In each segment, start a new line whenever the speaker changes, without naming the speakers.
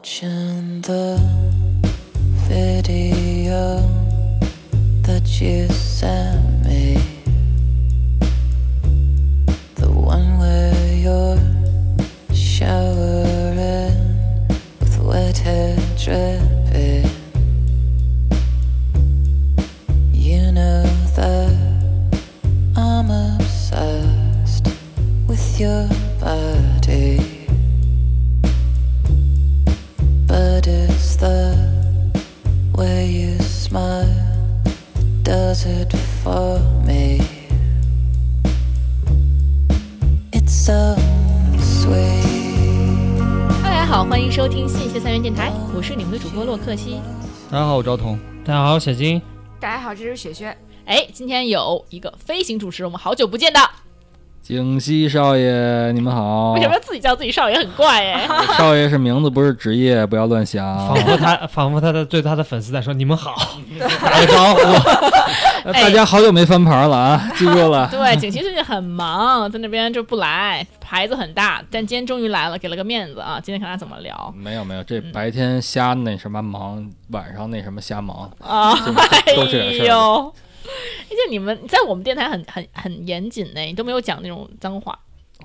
Watching the video that you sent me, the one where you're showering with wet hair dripping. You know that I'm obsessed with your body. But it's the way you smile that does it for me. It's so sweet.
大家好，欢迎收听信息三元电台，我是你们的主播洛克西。
大家好，我赵彤。
大家好，小金。
大家好，这是雪雪。
哎，今天有一个飞行主持，我们好久不见的，
哦景熙少爷，你们好
为。什么自己叫自己少爷很怪 哎？
少爷是名字，不是职业，不要乱想
仿。佛他，仿佛他的对他的粉丝在说：“你们好，打个 招呼。
呃大
哎
家好久没翻盘了啊，记住 了。
对，景熙最近很忙，在那边就不来，牌子很大，但今天终于来了，给了个面子啊。今天看他怎么聊
没有没有，这
嗯
白天瞎那什么忙，晚上那什么瞎忙，
啊？哎
这都这点事儿。
呦，而且你们在我们电台很很很严谨呢，你都没有讲那种脏话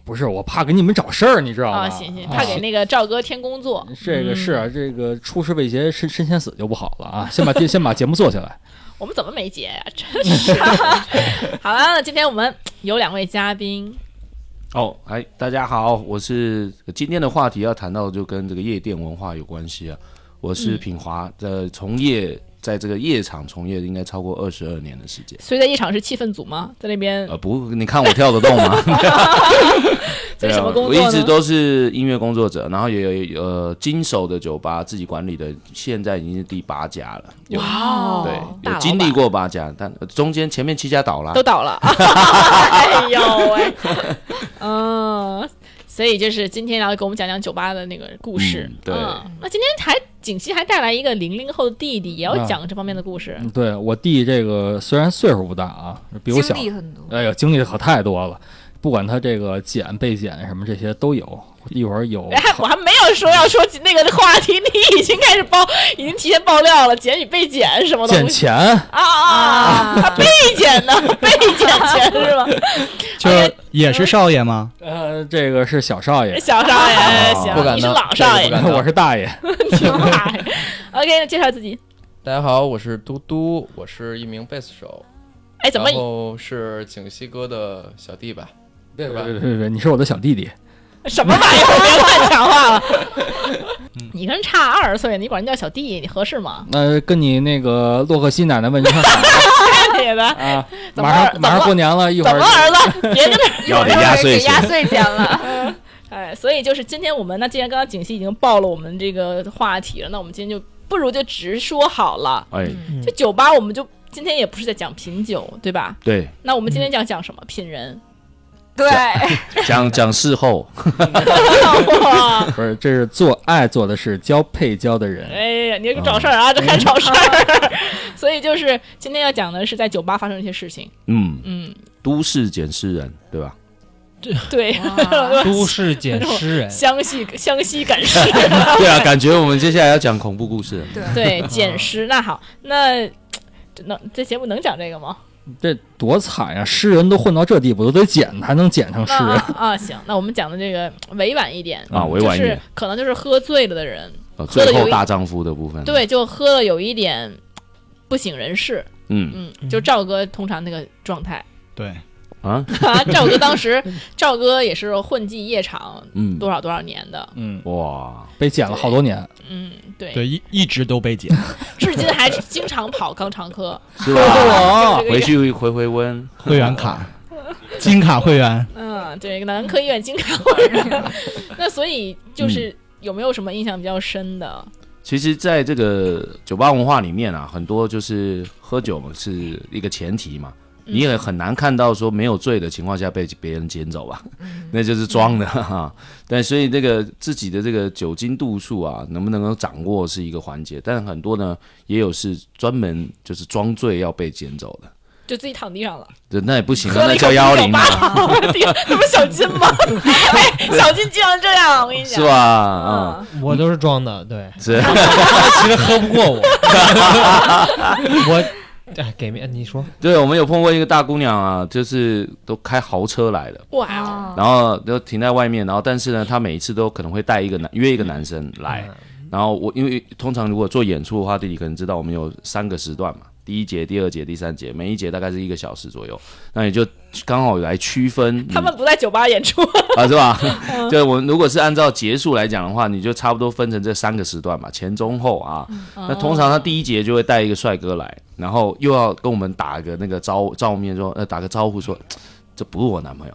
不是，我怕给你们找事儿，你知道吗？
啊。行行，怕给那嗯个赵哥添工作。
这个是啊，这个出师未捷身身先死就不好了啊！先把先把节目做起来。
我们怎么没结呀、真是。 好了，那今天我们有两位嘉宾，
哦，哎，大家好，我是今天的话题要谈到就跟这个夜店文化有关系啊。我
嗯
是品华，呃，从业在这个夜场从业应该超过二十二年的时间。
所以在夜场是气氛组吗？在那边
呃，不，你看我跳得动 吗？ 啊
这是什么工作
我
呢
一直都是音乐工作者，然后也有呃经手的酒吧自己管理的，现在已经是第八家了。有
哦
对，
大
有
老
经历
板
过八家，但呃中间前面七家倒了
都。倒了，哎呦喂，嗯，所以就是今天要给我们讲讲酒吧的那个故事。
嗯对
嗯那今天还景熙还带来一个零零后的弟弟，也要讲这方面的故事。
嗯对我弟这个虽然岁数不大啊，比我小，
经历很多，
哎呀，经历的可太多了，不管他这个捡被捡什么这些都有。一会儿有
哎，还我还没有说要说那个话题，你已经开始爆，已经提前爆料了，捡与被捡是什么
捡
东西
钱，
啊啊啊！被捡呢，被捡钱是吧？
就
哎呀
也是少爷吗？
呃，这个是小少爷，
小少爷，哎
哦
行，
不敢
你是
当
老少爷
这，个
我是大 爷。
挺大爷。OK，介绍自己。
大家好，我是嘟嘟，我是一名贝斯手，
哎，怎么
然后是景熙哥的小弟吧？
对
吧
对对对，你是我的小弟弟。
什么玩意儿？别乱讲话了。你跟人差二十岁，你管人叫小弟，你合适吗？
那跟你那个洛克西奶奶问一声 好
太铁的，
啊！
怎么
马
了
上马上过年了，一会
怎
儿
么儿子？别跟他。
要得
一会
压
儿
岁
给
钱
压岁钱了。
哎，所以就是今天我们呢，既然刚刚景熙已经报了我们这个话题了，那我们今天就不如就直说好了。
哎，
就酒吧，我们就今天也不是在讲品酒，对吧？
对，
那我们今天讲讲什么？品人。
对，
讲讲事后，
哇，
不是，这是做爱做的事，交配交的人。
哎 呀，你找事儿啊，就开始找事儿。
哦
所以就是今天要讲的是在酒吧发生的一些事情。
嗯，
嗯，
都市捡尸人，对吧？
对，
哇
都市捡尸人，
湘西湘西赶 尸。
对啊，感觉我们接下来要讲恐怖故事。
对，
对，
嗯
捡尸。那好，那这能这节目能讲这个吗？
这多惨呀、诗人都混到这地步，都得捡才能捡成诗
那
人。
啊啊，行，那我们讲的这个委婉一点
啊委婉一
就
点
是可能就是喝醉了的人，
呃，
喝了
最
有
后
一
大丈夫的部分，，
对，就喝了有一点不省人事，
嗯
嗯，就赵哥通常那个状态
对，
啊，
啊， 赵哥当时，赵哥也是混迹夜场
嗯，
多少多少年的，
嗯，
哇，
被捡了好多年。
嗯，对，
对，一一直都被捡。
至今还经常跑肛肠科，
是吧？
哦
回去回回温，
会员卡，金卡会员，
嗯，对，男科医院经常会儿。那所以就是
嗯
有没有什么印象比较深的？
其实，在这个酒吧文化里面啊，很多就是喝酒嘛是一个前提嘛，
嗯
你也很难看到说没有醉的情况下被别人捡走吧，
嗯
那就是装的哈、哈。但所以这个自己的这个酒精度数啊，能不能够掌握是一个环节，但很多呢也有是专门就是装醉要被捡走的。
就自己躺地上了，
对，那也不行
喝
啊，
了
那
一口
叫幺零
198
啊，
我的天，那不是小金 吗？哎，小金经常这样，我跟你讲，嗯
是吧？啊、
我都是装的，对，
是
他 其实喝不过我， 我哎给面，你说
对，我们有碰过一个大姑娘啊，就是都开豪车来的，
哇哦，
啊，
然后就停在外面，然后但是呢，她每一次都可能会带一个男约一个男生来，
嗯
然后我因为通常如果做演出的话，弟弟可能知道我们有三个时段嘛，第一节、第二节、第三节，每一节大概是一个小时左右，那也就刚好来区分你
他们不在酒吧演出，
啊，是吧？ 对，我们如果是按照节数来讲的话，你就差不多分成这三个时段嘛，前中后啊。
嗯
那通常他第一节就会带一个帅哥来，然后又要跟我们打个那个招照面说，呃，打个招呼说，这不是我男朋友。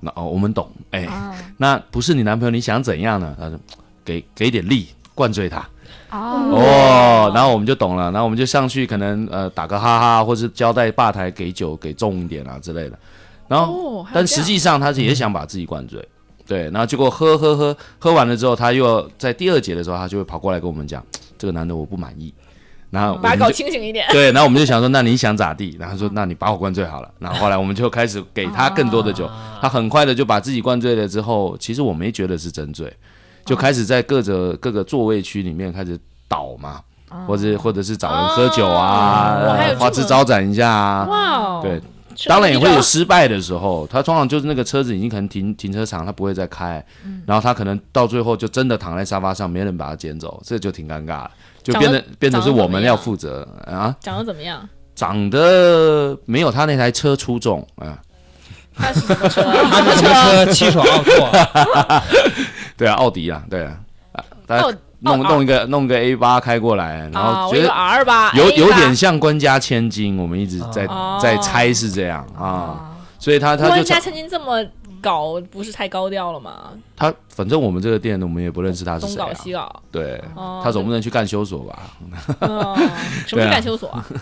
那哦，我们懂，哎，那不是你男朋友，你想怎样呢？他说，给给点力，灌醉他。
嗯
哦，
哦，然后我们就懂了，然后我们就上去，可能呃打个哈哈，或是交代吧台给酒给重一点啊之类的。然后，
哦还有这
但实
样嗯
际上他也想把自己灌醉，对。然后结果喝喝喝喝完了之后，他又要在第二节的时候，他就会跑过来跟我们讲，这个男的我不满意。然后我
把
们
它搞
就
清醒一点。
对，然后我们就想说，那你想咋地？然后
嗯
他说，那你把我灌醉好了。然后后来我们就开始给他更多的
哦
酒，他很快的就把自己灌醉了之后，其实我没觉得是真醉，就开始在各个各个座位区里面开始倒嘛，或者或者是找人喝酒啊，
哦还有
呃
这
花枝
个
招展一下啊。
哇哦，
对，
吃了
当然也
地
会有
道
失败的时候，他通常就是那个车子已经可能停停车场，他不会再开，
嗯
然后他可能到最后就真的躺在沙发上，没人把他捡走，这就挺尴尬了，就
长
变
得
成变成
长
是
得
我
怎么
们要
样
负责啊。
长得怎么 样？
长得没有他那台车出众啊、
他是什么车？
他们什 么车？七手
啊
奥拓，
对啊，奥迪啊，对啊，啊大
奥
家弄
奥
弄一个弄个 A 八开过来，然
哦啊，
后
我
觉
一个
得
R 吧，
有
A
有
吧
点像官家千金，我们一直在
哦
在猜是这样啊，所以他他
官
就
家千金这么搞，不是太高调了吗？
他反正我们这个店我们也不认识他是
东
谁啊
搞，西搞，
对
哦
他总不能去干修所吧？
嗯，什么
对
是
啊
干休所啊？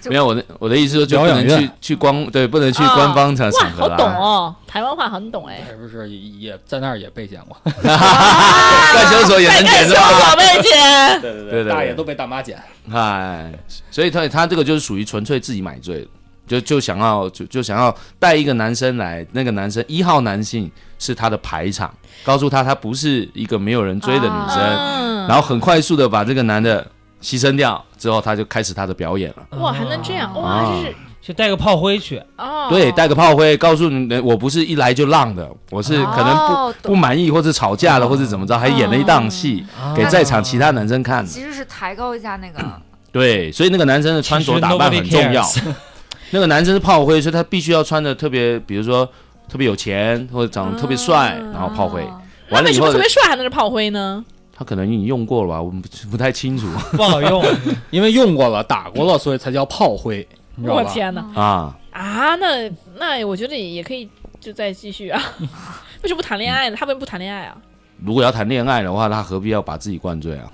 就
没有我的我的意思说就
疗
不
养
能去
院
去光对不能去官方场
哦哇，
场合
好懂
啦，
哦，台湾话很懂哎。
是不是也在那儿也被捡过？
干修所也能
干
捡
休
是吧？
所呗，姐。
对对
对对
大爷都被大妈捡。
哎，所以他他这个就是属于纯粹自己买醉了，就就想要就就想要带一个男生来，那个男生一号男性是他的排场，告诉他他不是一个没有人追的女生，
啊
嗯，
然后很快速的把这个男的牺牲掉之后，他就开始他的表演了。
嗯哇，还能这样，哇，
啊
这是
去带个炮灰去，
哦，
对，带个炮灰，告诉你，哎我不是一来就浪的，我是可能不、
哦懂
不
哦
满意，或者吵架了，或者怎么着，还演了一档戏、给在场其他男生看的。
其实是抬高一下那个，
嗯对，所以那个男生的穿着打扮很重要
其实。
那个男生是炮灰，所以他必须要穿的特别，比如说特别有钱或者长得特别帅，然后炮灰。
啊
嗯
那
完了
为
以
什么
后
特，别帅还能是炮灰呢？
他可能已经用过了吧，我们不不太 清楚
不好用，
因为用过了、打过了，所以才叫炮灰，你知道
我
吧？
天哪！
啊。
啊，那那我觉得也可以就再继续啊。 为什么不谈恋爱呢？他为什么不谈恋爱啊？
如果要谈恋爱的话，他何必要把自己灌醉 啊？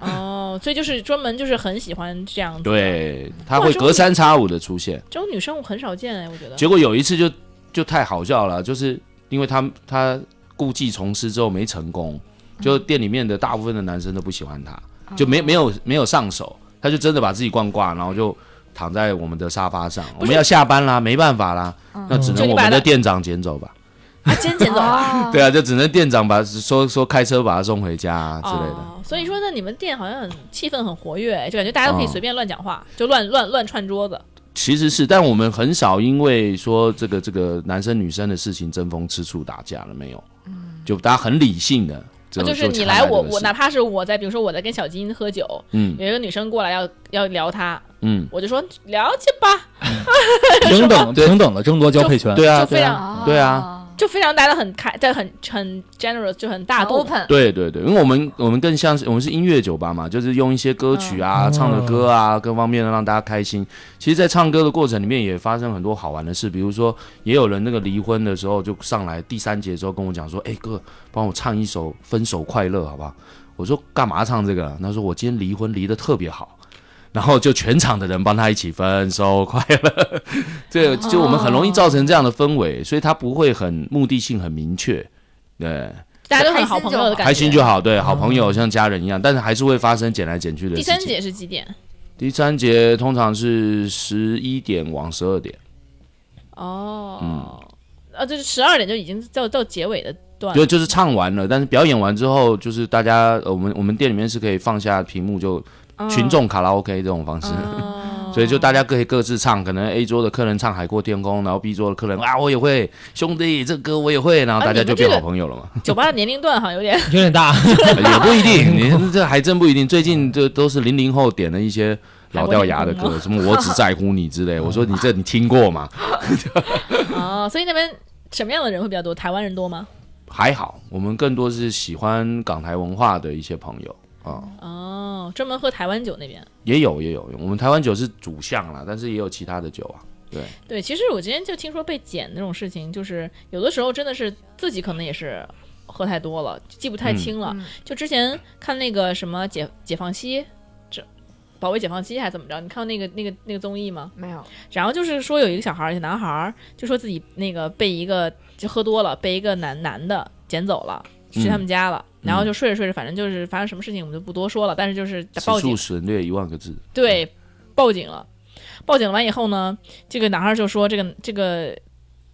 哦，所以就是专门就是很喜欢这样子。，
对，他会隔三差五的出现。
这种女生我很少见哎，我觉得。
结果有一次就就太好笑了，就是因为他他故技重施之后没成功，就店里面的大部分的男生都不喜欢
嗯
他，就没没有没有上手，他就真的把自己灌挂，然后就躺在我们的沙发上。我们要下班啦，没办法啦，那只
嗯就
能
你
我
把
们的
他
店长捡走吧。
啊，今天捡走了。
哦，
对啊，就只能店长把说说开车把他送回家、 啊、之类的。
哦，所以说呢，你们店好像很气氛很活跃，就感觉大家都可以
哦
随便乱讲话，就乱乱乱串桌子。
其实是，但我们很少因为说这个这个男生女生的事情争风吃醋打架了没有？就大家很理性的，就
哦就是你
看
来
待这
我
个
我，
事
哪怕是我在，比如说我在跟小金喝酒，
嗯
有一个女生过来要要聊他，
嗯，
我就说聊去吧，
平等平等的争夺交配权。
对啊
就非常、
对
啊
啊，
就非常待的很开，但很很 generous，就很大
很
度。
open，
对对对，因为我们我们更像是我们是音乐酒吧嘛，就是用一些歌曲啊、
嗯
唱的歌啊各方面的让大家开心。其实，在唱歌的过程里面也发生很多好玩的事，比如说也有人那个离婚的时候就上来第三节的时候跟我讲说：“哎哥，帮我唱一首《分手快乐》好不好？”我说：“干嘛唱这个？”他说：“我今天离婚离得特别好。”然后就全场的人帮他一起分手快乐， 这就我们很容易造成这样的氛围，所以他不会很目的性很明确，对。
大家都很好朋友的感觉。嗯
开心就好，对，好朋友像家人一样，但是还是会发生捡来捡去的
第
事
三
情。
节是几点？
第三节通常是十一点往十二点，
哦，啊，就是十二点就已经到到结尾的段
嗯就
了。
就是唱完了，但是表演完之后，就是大家呃我们我们店里面是可以放下屏幕就群众卡拉 OK 这种方式。
哦
所以 就大家可以各自唱，可能 A 桌的客人唱《海阔天空》，然后 B 桌的客人啊我也会，兄弟这歌我也会，然后
啊
大家
你
就
们
变
这
好
个
朋友了嘛。
酒吧的年龄段好像有点
有点大，
也不一定，你这还真不一定。最近这都是零零后点的一些老掉牙的
韩国
歌，什么我只在乎你之类。我说你这你听过吗？
哦，所以那边什么样的人会比较多？台湾人多吗？
还好，我们更多是喜欢港台文化的一些朋友啊、
哦，专门喝台湾酒那边。
也有也有。我们台湾酒是主项啦，但是也有其他的酒啊。
对，其实我之前就听说被剪那种事情，就是有的时候真的是自己可能也是喝太多了，记不太清了。
嗯
就之前看那个什么解解放西，这保卫解放西还怎么着？你看过那个那个那个综艺吗？
没有，
然后就是说有一个小孩儿，一个男孩儿，就说自己那个被一个就喝多了，被一个男男的捡走了，去他们家了。然后就睡着睡着，反正就是发生什么事情我们就不多说了，但是就是
此
报警
处，省略一万个字。
对，报警了。报警完以后呢，这个男孩就说这个这个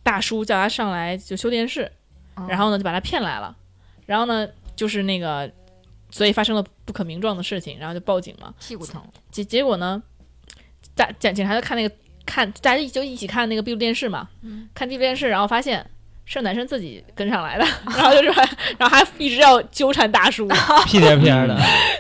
大叔叫他上来就修电视，
嗯
然后呢就把他骗来了，然后呢就是那个，所以发生了不可名状的事情，然后就报警了。
屁股疼，
结结果呢，大警警察就看那个看，大家一就一起看那个闭路电视嘛，看闭路电视，然后发现是个男生自己跟上来的，然后就是还，然后还一直要纠缠大叔，
屁颠屁颠的，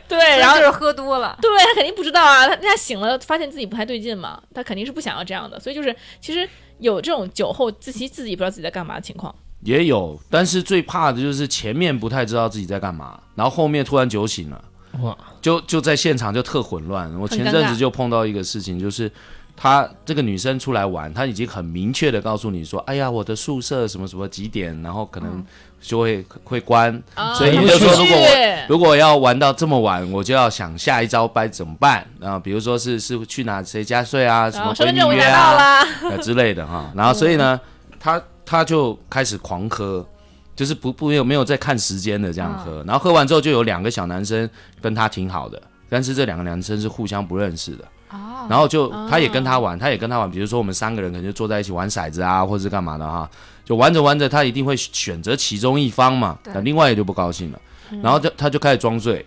对，然后
就是喝多了，
对他肯定不知道啊，他他醒了发现自己不太对劲嘛，他肯定是不想要这样的，所以就是其实有这种酒后自己自己不知道自己在干嘛的情况，
也有，但是最怕的就是前面不太知道自己在干嘛，然后后面突然酒醒了，
哇，
就就在现场就特混乱。我
很
前
尴
阵子
尬
就碰到一个事情，就是她这个女生出来玩，她已经很明确的告诉你说，哎呀，我的宿舍什么什么几点，然后可
嗯
能就会会关，所以
你
你
就
就
说
说
去
如果我如果要玩到这么晚，我就要想下一招该怎么办啊？比如说是是去哪谁家睡啊，什
然
么
后身
婚
份证我
姻约
拿到嗯
啊，
啦，
呃之类的哈。然后所以呢，他他就开始狂喝，就是不不没有没有在看时间的这样喝。然后喝完之后，就有两个小男生跟他挺好的，但是这两个男生是互相不认识的。然后就他也跟他玩，他也跟他玩，比如说我们三个人可能就坐在一起玩骰子啊，或者是干嘛的哈，就玩着玩着，他一定会选择其中一方嘛，
对
那另外一个就不高兴了，然后就他就开始装醉，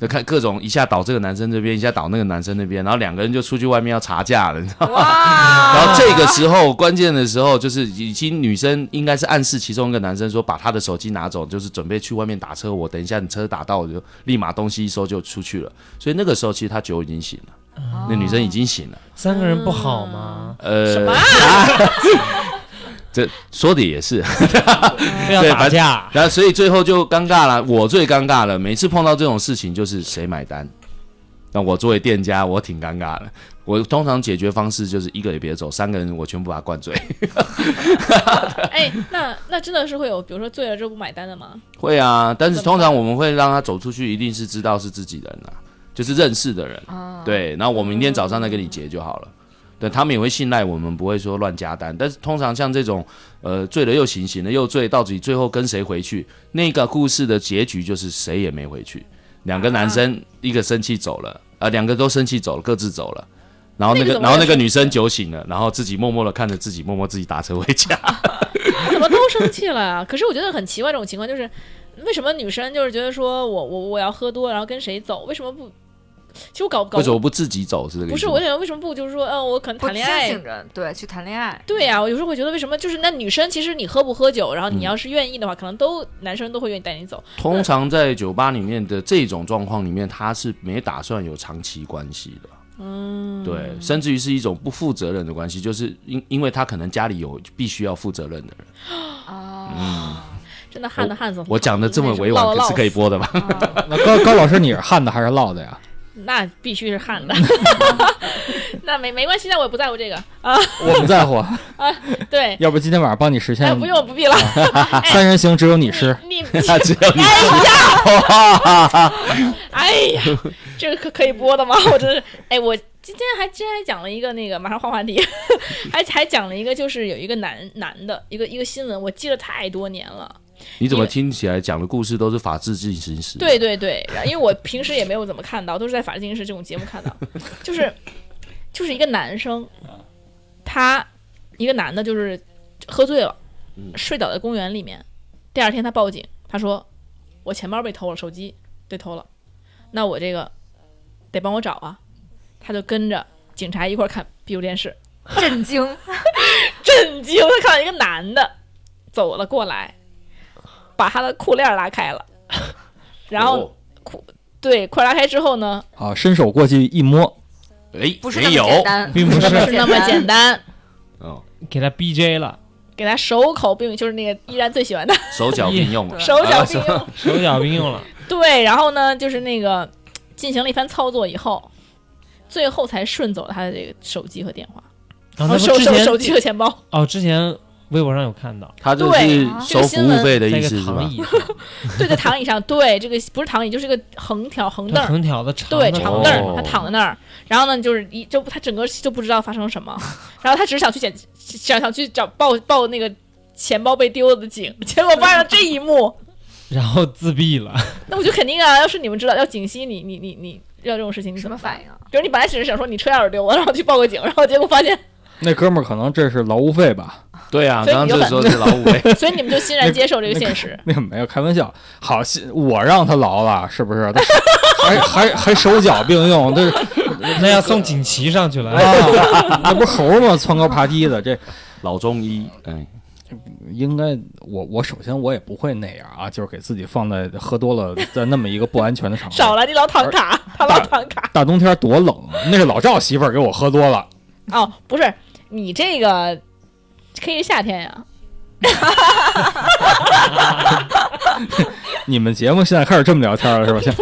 就看各种一下倒这个男生这边，一下倒那个男生那边，然后两个人就出去外面要查价了，你知道吗？
哇，
然后这个时候关键的时候，就是已经女生应该是暗示其中一个男生说把他的手机拿走，就是准备去外面打车。我等一下你车打到，我就立马东西一收就出去了。所以那个时候其实他酒已经醒了，那女生已经醒了。
三个人不好吗？
呃，
哦什么啊
这说的也是，
非要
对
打
反
架，
然后所以最后就尴尬了，我最尴尬了。每次碰到这种事情，就是谁买单。那我作为店家，我挺尴尬的。我通常解决方式就是一个也别走，三个人我全部把他灌醉。
哎，那那真的是会有，比如说醉了之后不买单的吗？
会啊，但是
怎么
通
办
常我们会让他走出去，一定是知道是自己人啊，就是认识的人。
啊
对，然后我明天早上再给你结就好了。对，他们也会信赖我们，不会说乱加单。但是通常像这种，呃，醉了又醒，醒了又醉，到底最后跟谁回去？那个故事的结局就是谁也没回去，两个男
啊
生、一个生气走了，啊、两个都生气走了，各自走了。然后那
那个
个，
怎么
然后那
回
个
事
女生酒醒了，然后自己默默的看着自己，默默自己打车回家。
怎么都生气了啊？可是我觉得很奇怪，这种情况就是为什么女生就是觉得说我我我要喝多，然后跟谁走？为什么不？其实我搞搞
为什
不
么不自己走？是这个意思
不是
吗
我想为什么不就是说，嗯，我可能
不
谈
清
恋爱
醒着，对，去谈恋爱，
对呀、我有时候会觉得为什么就是那女生，其实你喝不喝酒，然后
嗯
你要是愿意的话，可能都男生都会愿意带你走。
通常在酒吧里面的这种状况里面，他是没打算有长期关系的。嗯，对，甚至于是一种不负责任的关系，就是因因为他可能家里有必须要负责任的人。
哦
嗯
真的旱的旱死。
我讲的这么委
哦那
婉
是
是可以
落
播的吧？
那高高老师，你是旱的还是涝的呀？
的落死，那必须是旱的。 那没没关系，那我也不在乎这个。
我不在 乎，
对，
要不今天晚上帮你实现啊
哎，不用不哎嗯必了。
三人行，只有你吃。
你
他只有你
哎呀，这个可可以播的吗？我真是，哎，我今天还今天还讲了一个那个，马上换话题， 还还讲了一个，就是有一个男男的一个一个新闻，我记了太多年了。
你怎么
因为
听起来讲的故事都是法治进行时？
对，对对，然后因为我平时也没有怎么看到，都是在《法制进行时》这种节目看到，就是就是一个男生，他一个男的，就是喝醉了，睡倒在公园里面，第二天他报警，他说我钱包被偷了，手机被偷了，那我这个得帮我找啊，他就跟着警察一块儿看闭路电视，
震惊，
震惊，他看到一个男的走了过来，把他的裤链儿拉开了，然后。
哦，
对，快拉开之后呢，
啊，伸手过去一摸，
哎，
不是那
没
么
有，
简单，
并不是
不
是那么简单，
嗯，
给他 BJ 了，
给他手口并用，就是那个依然最喜欢的
嗯
手脚并用了，
对
手
啊
脚并用。
手脚并 用了，
对，然后呢，就是那个进行了一番操作以后，最后才顺走了他的这个手机和电话，
然
哦
后他
手
们之
手手机
前
和钱包。
哦，之前微博上有看到，
他这
对
是
啊
收服务费的
在
意
一
思
个
是
躺
吧？
椅上，
对，在躺椅上，对，这个不是躺椅，就是一个横条横凳
它
儿。
横条的长
对，
的
长
哦
凳儿，他躺在那儿，然后呢，就是一就他整个就不知道发生了什么， 然后他只是想去捡，想想去找报报那个钱包被丢了的警， 结果发现了这一幕，
然后自闭了，
那我就肯定啊，要是你们知道，要警惕你，你你你要这种事情，你
什
怎
么
办？
反应啊？
比如你本来只是想说你车钥匙丢了，然后去报个警，然后结果发现，
那哥们儿可能这是劳务费吧？
对啊，
所以
刚刚
你就
这时候是老五哎位，
所以你们就欣然接受这个现 实。
那个没有开玩笑，好，信我让他劳了，是不是？他还还还手脚并用， 这
那要送锦旗上去了。
哎
啊，那不是猴吗？窜高爬低的，这
老中医，哎，
应该我我首先我也不会那样啊，就是给自己放在喝多了在那么一个不安全的场合。
少来，你老躺 卡，他老躺卡。
大冬天多冷，啊那是老赵媳妇儿给我喝多了。
哦，不是，你这个可以是夏天呀，
你们节目现在开始这么聊天了是 吧？现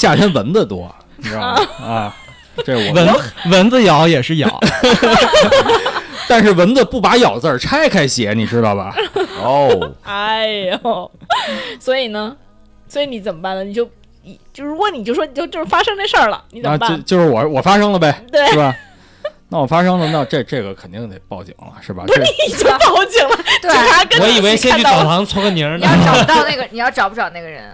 夏天蚊子多，你知道吗？啊，这
哎
我
蚊蚊子咬也是 咬，
但是蚊子不把“咬”字儿拆开写，你知道吧？
哦，
哎呦，所以呢，所以你怎么办呢？你就你就如果你就说就就是发生这事儿 了，你怎
啊，
么
就
办？
就是我我发生了呗，
对
是吧？那我发生了，那这这个肯定得报警了，是吧？这
已经报警了，警
对，
察跟
我
你
以为
一起
先
看
去
到
澡
了
堂搓个泥儿
你
呢
要，找不到那个， 你要找不找那个人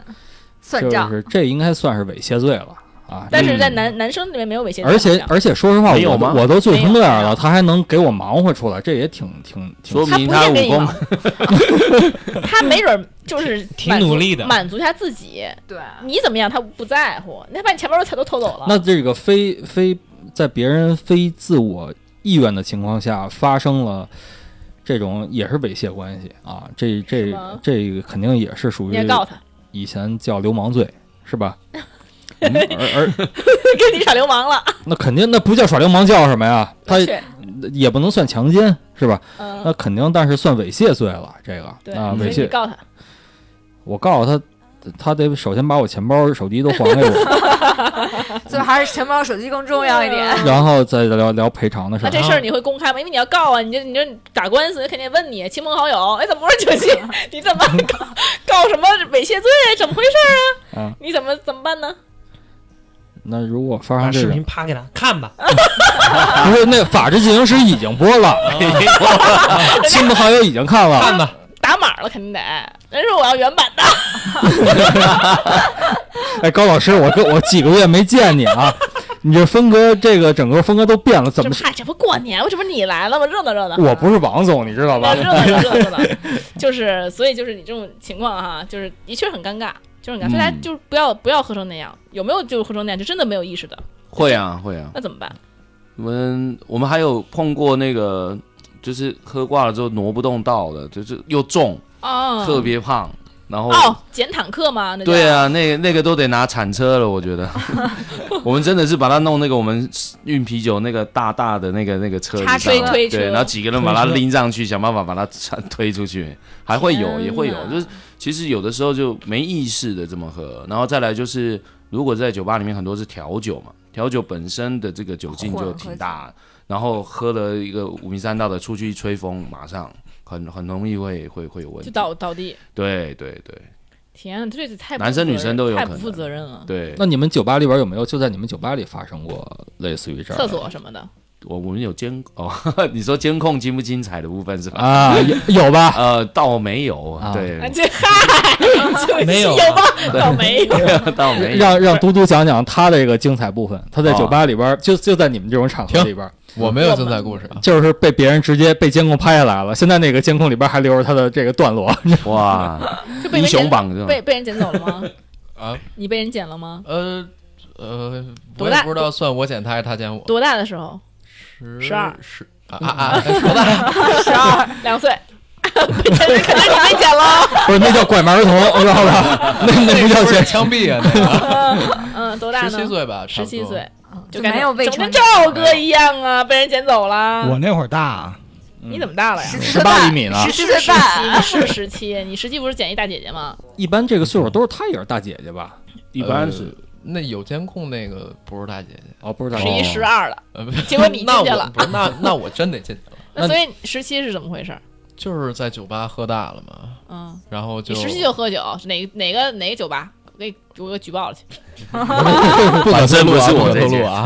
算
就
账？
是这应该算是猥亵罪了啊！
但是在
嗯
男男生里面没有猥亵罪好像，
而且而且说实话，
没有
我都
吗
我都醉成这样
没
了，
有
他还能给我忙活出来，这也挺挺挺
说明
他
他
不
武
会
功
他没准儿就是
挺
满足
努力的
满足一下自己。
对，
你怎么样，他不在乎，那把你钱包都偷走了。
那这个非非在别人非自我意愿的情况下发生了这种也是猥亵关系啊，这
是
这
吗
这个肯定也是属
你
于
也告他，
以前叫流氓罪是吧？嗯而而
跟你耍流氓了。
那肯定那不叫耍流氓叫什么呀？他
去，
也不能算强奸是吧？
嗯，
那肯定，但是算猥亵罪了。这个
对，
啊，
所
猥
以你
亵，
告他，
我告诉他，他得首先把我钱包、手机都还给我，
所以还是钱包、手机更重要一
啊
点。
然后再聊聊赔偿的事
啊那
儿。
这事儿你会公开吗？因为你要告啊，你这你这打官司，肯定问你亲朋好友，哎，怎么回事？九七，你怎么告告什么猥亵罪？怎么回事儿
嗯
啊？你怎么怎么办呢？
那如果发
把
生这
视
种
频，啪给他看吧。
不是那《法制进行时》已经播了， 亲朋好友已经看了。
看
啊
吧，
打码了肯定得，人说我要原版的，
哎，高老师，我跟我几个月没见你啊，你这风格，这个整个风格都变了，怎
这
么
不？哎嗨，这不过年吗？这不是你来了吗？热闹热闹。
我不是王总，你知道吧
热？闹热闹热闹，就是所以就是你这种情况哈、就是的确很尴尬，就是很尴尬，所以大家
嗯
就是不要不要喝成那样，有没有就喝成那样，就真的没有意识的，
会啊会啊，
那怎么办？
我们我们还有碰过那个，就是喝挂了之后挪不动道的，就是又重，
哦，
特别胖，然后
哦，捡坦克吗？那叫
对，啊，那个那个都得拿铲车了，我 觉得。我们真的是把它弄那个我们运啤酒那个大大的那个那个车子
叉
上
推
来
推车
对，然后几个人把它
推车
拎上去，想办法把它铲推出去，还会有
天
也会有
哪，
就是其实有的时候就没意识的这么喝，然后再来就是如果在酒吧里面很多是调酒嘛，调酒本身的这个酒劲
混
就
合
挺大的，然后喝了一个五迷三道的，出去一吹风，马上很很容易会会会有问
就
题，
倒倒地。
对对对
天啊，这太不
男生
负责
女生都有
太
可
不
能
负责任了。
对。
那你们酒吧里边有没有就在你们酒吧里发生过类似于这样的
厕所什么的，
我我们有监哦， 你说监控精不精彩的部分是吧？
啊，有有吧？
呃，倒没有，
啊
对，
啊，这嗨，就是
没有啊
有吗？倒没 有，
倒没有。
让让嘟嘟讲讲他这个精彩部分。他在酒吧里边，就就在你们这种场合
停
里边，
我没有精彩故事，啊
就是被别人直接被监控拍下来了。现在那个监控里边还留着他的这个段落，
哇，
就 被
英
人
雄
捡
榜这
被
种，
被人捡走了 吗？
啊，
你被人捡了吗？
呃呃，
多
我
大
也不知道算我捡他还是他捡我，
多大的时候？
十
十二
十啊啊啊，多大？
十二，两岁。 被捡人肯定是被捡了。
不是那叫拐卖儿童，知道吧？那那不叫
是
监
枪毙啊！那
嗯，多大
个
呢？
十七，岁吧，
十
差不
七
多
岁，就
哦就没有被
整跟
传
赵哥一样啊，被人捡走了。
嗯
我那会儿大，啊
你怎么大了呀？
十
十八厘米呢。
十七
是
岁
十七，
半，
你是十七，你十七不是捡一大姐姐吗？
一般这个岁数都是他也是大姐姐吧？
一般是
呃那有监控那个不是大姐姐，
哦，不是大姐
十
姐。
一、十二了，
呃，
结果你进去
那我
了
不是那那我真得进去了，
那所以十七是怎么回事？
就是在酒吧喝大了嘛，
嗯，
然后就
你十七就喝酒，哪个哪个哪个酒吧？我给我给举报了去。
不
呃
反正不是我
透
这
露
届
啊，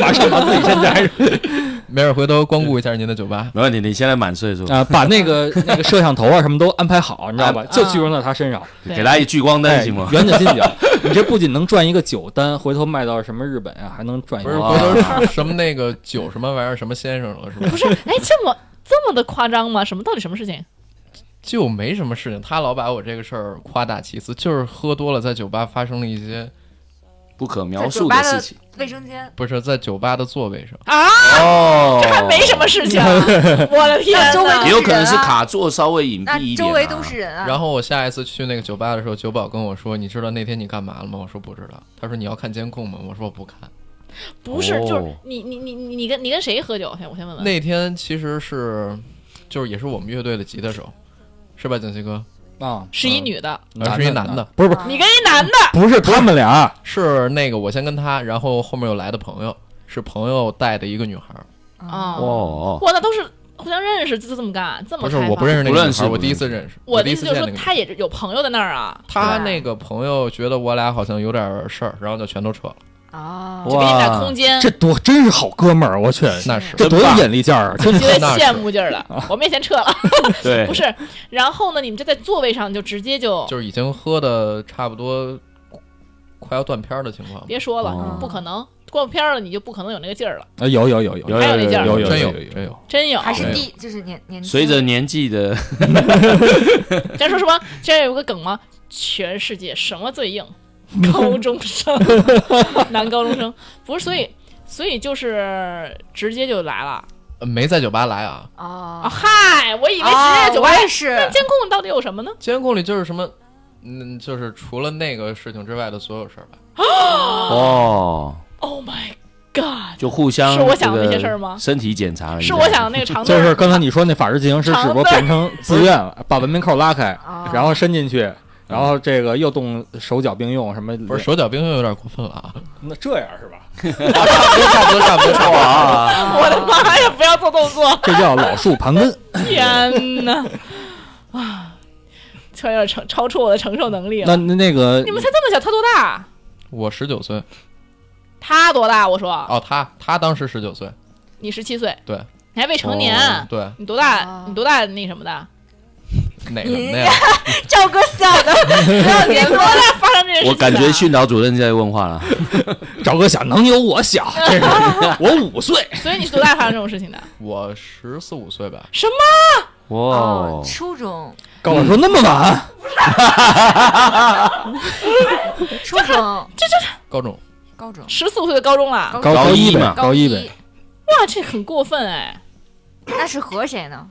马上把自己先摘上
没事，回头光顾一下您的酒吧。
没问题。你现在满岁数，
啊！把那个那个摄像头啊什么都安排好，你知道吧？就集中在他身上，
对
给他一聚光灯
哎，
行吗？
远景近景。你这不仅能赚一个酒单，回头卖到什么日本啊，还能赚一
不
个
是，
啊
回头是什么那个酒什么玩意儿，什么先生了，是吧？
不是，哎，这么这么的夸张吗？什么到底什么事情？
就没什么事情，他老把我这个事儿夸大其词，就是喝多了，在酒吧发生了一些
不可
在
描
酒
述
吧
事
的
情
卫生间，
不是在酒吧的座位上，
啊，
哦
这还没什么事情啊，我的天
那周围
哪
都
也！有可能是
人啊
卡座稍微隐蔽
那
一点、啊，
周围都是人啊。
然后我下一次去那个酒吧的时候，酒保跟我说：“你知道那天你干嘛了吗？”我说：“不知道。”他说：“你要看监控吗？”我说：“我不看。
不是，就是
哦
你你你你你跟你跟谁喝酒？先我先问”问。
那天其实是，就是也是我们乐队的吉他手，是吧，景熙哥？
啊，
是一女的，
呃是一男的，
不是不是
啊
你跟一男的，
不是他们俩，
是那个我先跟他，然后后面又来的朋友，是朋友带的一个女孩儿，
嗯
啊，
哦，
哇，那都是互相认识，就这么干，这么
不是
哦开放
我不认识那
不
个
认
女
识
孩儿，我
不
第一
认
次认识，
我的
第一
意
次
思就
见
是说，
那个女孩儿。
他也是有朋友在那儿啊，
他
对吧
那个朋友觉得我俩好像有点事儿，然后就全都撤了。
啊，
就给你俩
哇
空间，
这多真是好哥们儿，我去，
那是
这多有眼力劲儿啊！真
觉
的
得
那是啊
羡慕劲儿了。 我们也先撤了，
对，
不是。然后呢，你们就在座位上就直接就
就是已经喝的差不多快要断片儿的情况吧。
别说了
哦，
不可能。过片儿了，你就不可能有那个劲儿了，
啊有有有有
有
还有
有
那劲儿
有
真
有
有真有，
真有。
还是
对
第就是年年轻
随着年纪 的，
咱说什么？之前有个梗吗？全世界什么最硬？ 高中生，男高中生不是，所以所以就是直接就来了
呃没在酒吧来啊。
啊！
啊，
嗨，我以为直接
啊
在酒吧
我
来
也是
那监控到底有什么呢？
监控里就是什么，嗯，就是除了那个事情之外的所有事儿吧。
哦，
Oh my god！
就互相
是我想的那些事儿吗
身体检查了一下
是我想的那个长凳
就
儿，
是刚才你说那法制进行时，只不过变成自愿了，把文明扣拉开，
啊
然后伸进去，然后这个又动手脚并用，什么
不是手脚并用有点过分了啊。
那这样是 吧？
差不多，差不多，差不多。
哇，
我的妈呀！不要做动 作，
这叫老树盘根。
天哪！啊，这有点超超出我的承受能力
那
了。
那那个
你们才这么小，他多大？啊
我十九岁
他多大？我说
哦，他他当时十九岁，
你十七岁，
对
你还未成年，
哦
对，
你多大
哦？
你多大那什么的？
哪个
你
那样？
赵哥笑的，不要
你
脸
多大发生这件事情的？啊
我感觉训导主任在问话了，
赵哥小能有我小，这 是我五岁，
所以你是多大发生这种事情的？
我十四五岁吧，
什么？
哇，
哦
初中，
跟我说那么晚，
初中，
高中
高中，
十四五岁的高中了？
高
高一
一
呗
嘛，
高一呗，，
哇，这很过分哎！
那是和谁呢？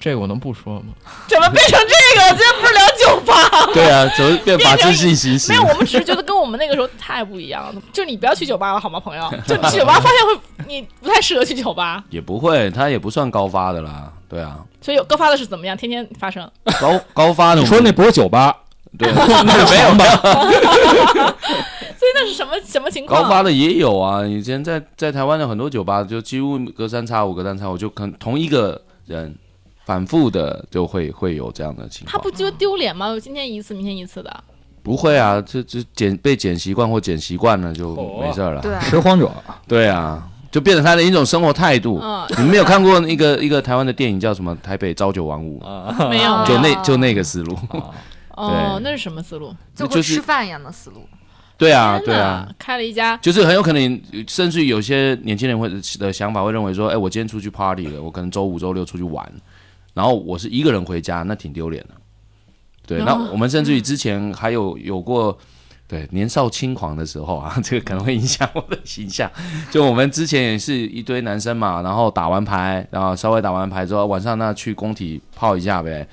这个我能不说吗？
怎么变成这个了？今天不是聊酒吧？
对啊，怎么变法制进行时
没？有，我们只是觉得跟我们那个时候太不一样了。就你不要去酒吧了，好吗，朋 友？就你去酒吧发现会，你不太适合去酒吧。
也不会，他也不算高发的啦，对啊，
所以有高发的是怎么样？天天发生。
高高发的
你说那不是酒吧，
对
那是没有吧？
所以那是什么什么情况？
高发的也有啊，以前在在台湾的很多酒吧，就几乎隔三差五隔三差五就可能同一个人反复的就会会有这样的情
他
况
不，觉得丢脸吗？我今天一次，明天一次的，
不会啊，这这剪被剪习惯或剪习惯了就
哦
没事儿了。
对啊，
拾荒者
对啊，就变成他的一种生活态度。
嗯，
你们没有看过一个一个台湾的电影叫什么《台北朝九晚五》？
啊，
没有啊，
就那就那个思路。
哦，那是什么思路？
就
就
跟
是
吃饭一样的思路。
对啊，
天
对啊
哪，，开了一家，
就是很有可能，甚至于有些年轻人会的想法会认为说，哎，我今天出去 party 了，我可能周五、周六出去玩，然后我是一个人回家，那挺丢脸的。对，
哦
那我们甚至于之前还有有过，对年少轻狂的时候啊， 这个可能会影响我的形象。就我们之前也是一堆男生嘛，然后打完牌，然后稍微打完牌之后，晚上那去工体泡一下呗，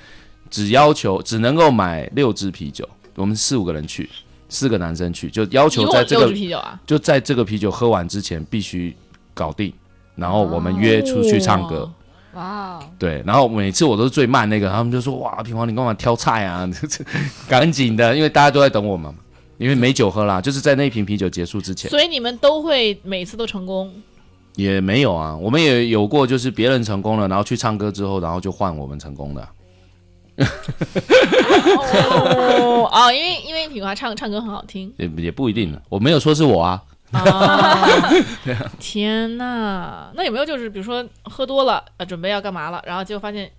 只要求只能够买六支啤酒，我们四五个人去，四个男生去，就要
一
求
共
在这
六
个
支啤酒啊，
就在这个啤酒喝完之前必须搞定，然后我们约出去唱歌。
哦
哇哦，
对，然后每次我都是最慢那个，他们就说：“哇，平王你干嘛挑菜啊？这这赶紧的，因为大家都在等我们，因为没酒喝啦，就是在那一瓶啤酒结束之前
所以你们都会每次都成功，
也没有啊。我们也有过，就是别人成功了，然后去唱歌之后，然后就换我们成功的。
哦哦，因为因为品华唱唱歌很好听
也也不一定了，我没有说是我啊，
啊！ 天呐，那有没有就是比如说喝多了，呃，准备要干嘛了，然后结果发现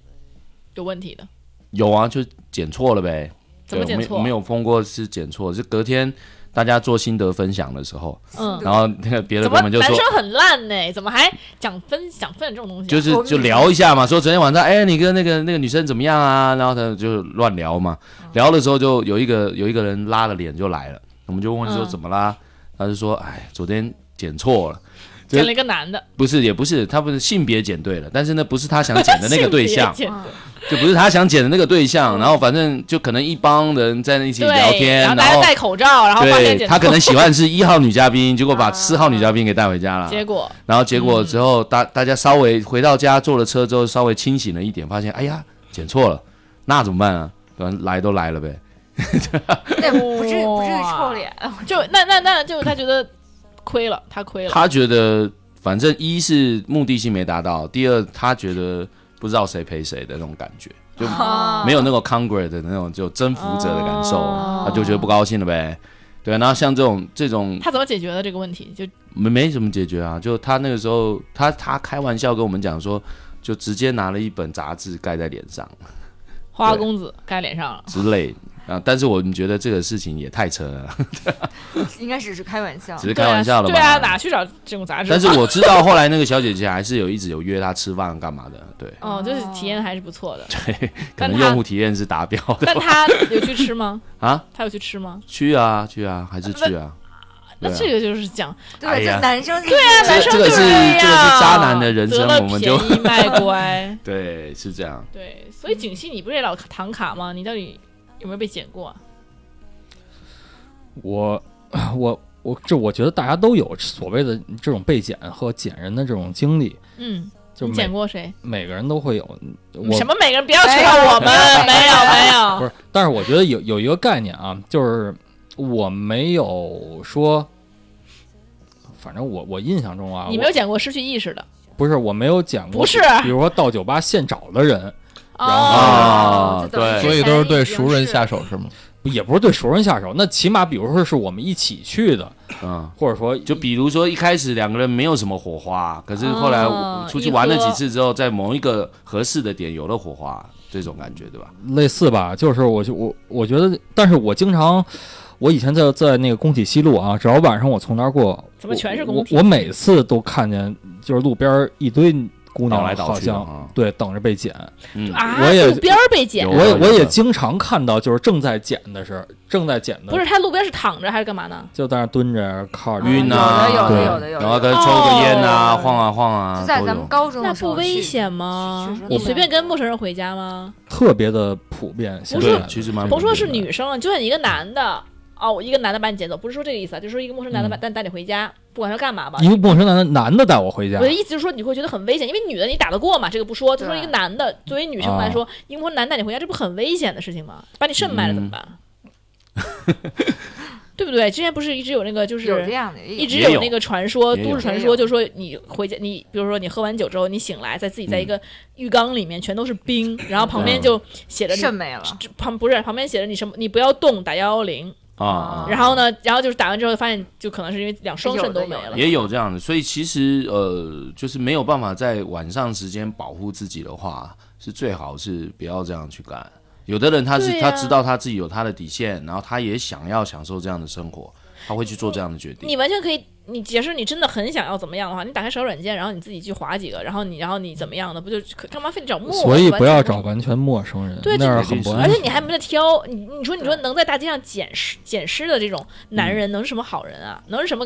有问题的，
有啊，就剪错了呗。
怎么
对
检错？啊
我们有我们有碰过是剪错，是隔天大家做心得分享的时候，
嗯，
然后那个别的
怎
朋
么
友们就
男
说
生很烂呢？怎么还讲分讲分这种东西啊？
就是
我们
就聊一下嘛，说昨天晚上，哎，你跟那个那个女生怎么样啊？然后他就乱聊嘛，
嗯
聊的时候就有一个有一个人拉了脸就来了，我们就问说
嗯
怎么啦？他就说，哎，昨天剪错了，
见了一个男的，
不是也不是，他不是性别剪对了，但是那不是他想剪的那个
性
对
别
象，
见
嗯
的
就不是他想剪的那个对象。然后反正就可能一帮人在一起
对，
聊天，
然后
然
大家
后
戴口罩，然后发现
对
检
他可
错
能喜欢是一号女嘉宾，结果把四号女嘉宾给带回家了。
结果
然后结果之后，大大家稍微回到家坐了车之后，稍微清醒了一点，发现哎呀剪错了，那怎么办啊？反正来都来了呗，
那不至于不至于
哇哦
臭脸，
就那那那就他觉得亏了，他亏了。
他觉得反正一是目的性没达到，第二他觉得不知道谁陪谁的那种感觉，就
啊
哦
没有那个 conquer 的那种就征服者的感受，
哦
他就觉得不高兴了呗。对，然后像这种这种
他怎么解决的这个问题？就
没没怎么解决啊，就他那个时候他他开玩笑跟我们讲说，就直接拿了一本杂志盖在脸上。
花花公子盖脸上了。
之类的啊。但是我们觉得这个事情也太扯了，
应该只是开玩笑
只。是开玩笑的嘛。
哦对啊，哪去找这种杂志？
但是我知道后来那个小姐姐还是有一直有约他吃饭干嘛的， 对，
哦，就是体验还是不错的。
可
但
能
她
用户体验是达标的
但他有去吃吗？
啊。
他有去吃吗？
去啊去啊，还是去啊。
那
对啊
这个就是讲，
哎
对，
呀
就男生对啊
男生
这个是
就样
这个是渣男的人生
得了
我们就
便宜卖 乖。
对，是这样。
对，所以景熙，你不是也老唐卡吗？你到底有没有被剪过啊？
我我我这我觉得大家都有所谓的这种被剪和剪人的这种经历，
嗯，
就
你
每
剪过谁？
每个人都会有。我
嗯什么每个人不要扯到我们，没有没 有
不。是，但是我觉得有有一个概念啊，就是我没有说，反正我我印象中啊，
你没有剪过失去意识的，
我不是我没有讲过，
不是
比如说到酒吧现找的人，
哦，
啊对
所以都是对熟人下手是吗？
也不是对熟人下手，那起码比如说是我们一起去的，
嗯，
或者说
就比如说一开始两个人没有什么火花，可是后来
哦
出去玩了几次之后，在某一个合适的点有了火花，这种感觉对吧？
类似吧，就是我就我我觉得，但是我经常，我以前在在那个工体西路啊，只要晚上我从那儿过，
怎么全是
我
工
我
体
我每次都看见，就是路边儿一堆姑
倒
娘
来倒
好
去的
像
啊，
对等着被捡，
嗯，
啊，
我也
路边儿被剪
有，
我也
有的
我也经常看到，就是正在捡的时候，正在捡的，
不是他路边是躺着还是干嘛呢？
就在那儿蹲着靠着
嗯
晕啊，
有的有
的
对
有的有的
然后他抽个烟啊，
哦
晃啊晃啊，
就在
都
咱
有
们高中
那
的时
不
候
危
去
险吗
去？
你随便跟陌生人回家吗？
特别的普遍。现
不是
在
对，其实蛮
甭说是女生了，就算一个男的，哦，我一个男的把你捡走，不是说这个意思啊，就是说一个陌生
嗯
男的把带带你回家，不管他干嘛吧。
一个陌生男的男的带我回家
我的，意思就是说你会觉得很危险，因为女的你打得过嘛，这个不说，就说一个男的作为女生来
啊
说，一个陌生男带你回家，这不很危险的事情吗？把你肾卖了怎么办？
嗯
对不对？之前不是一直有那个就是
有这样的，也有
一直
也
有
有
那个传说，
也有
都市传
也
说，
有
就说你回家，你比如说你喝完酒之后，你醒来，在自己在一
嗯
个浴缸里面全都是冰，然后旁边就写着你
肾没了，
这旁不是旁边写着你什么，你不要动，打幺幺零。
啊啊，
然后呢，然后就是打完之后发现，就可能是因为两双肾都没
有的
了
有的。
也有这样的，所以其实呃，就是没有办法在晚上时间保护自己的话，是最好是不要这样去干。有的人他是、
对呀
他知道他自己有他的底线，然后他也想要享受这样的生活，他会去做这样的决定。
你完全可以，你假设你真的很想要怎么样的话，你打开手软件，然后你自己去划几个，然后你然后你怎么样的，不就可干嘛非得找陌生？
所以不要
完全
找完全陌生人，
对
那
这
儿
肯定
很不
是
安
而
全。
且你还没得挑，你你说你说能在大街上捡尸捡尸的这种男人，能是什么好人啊？能是什么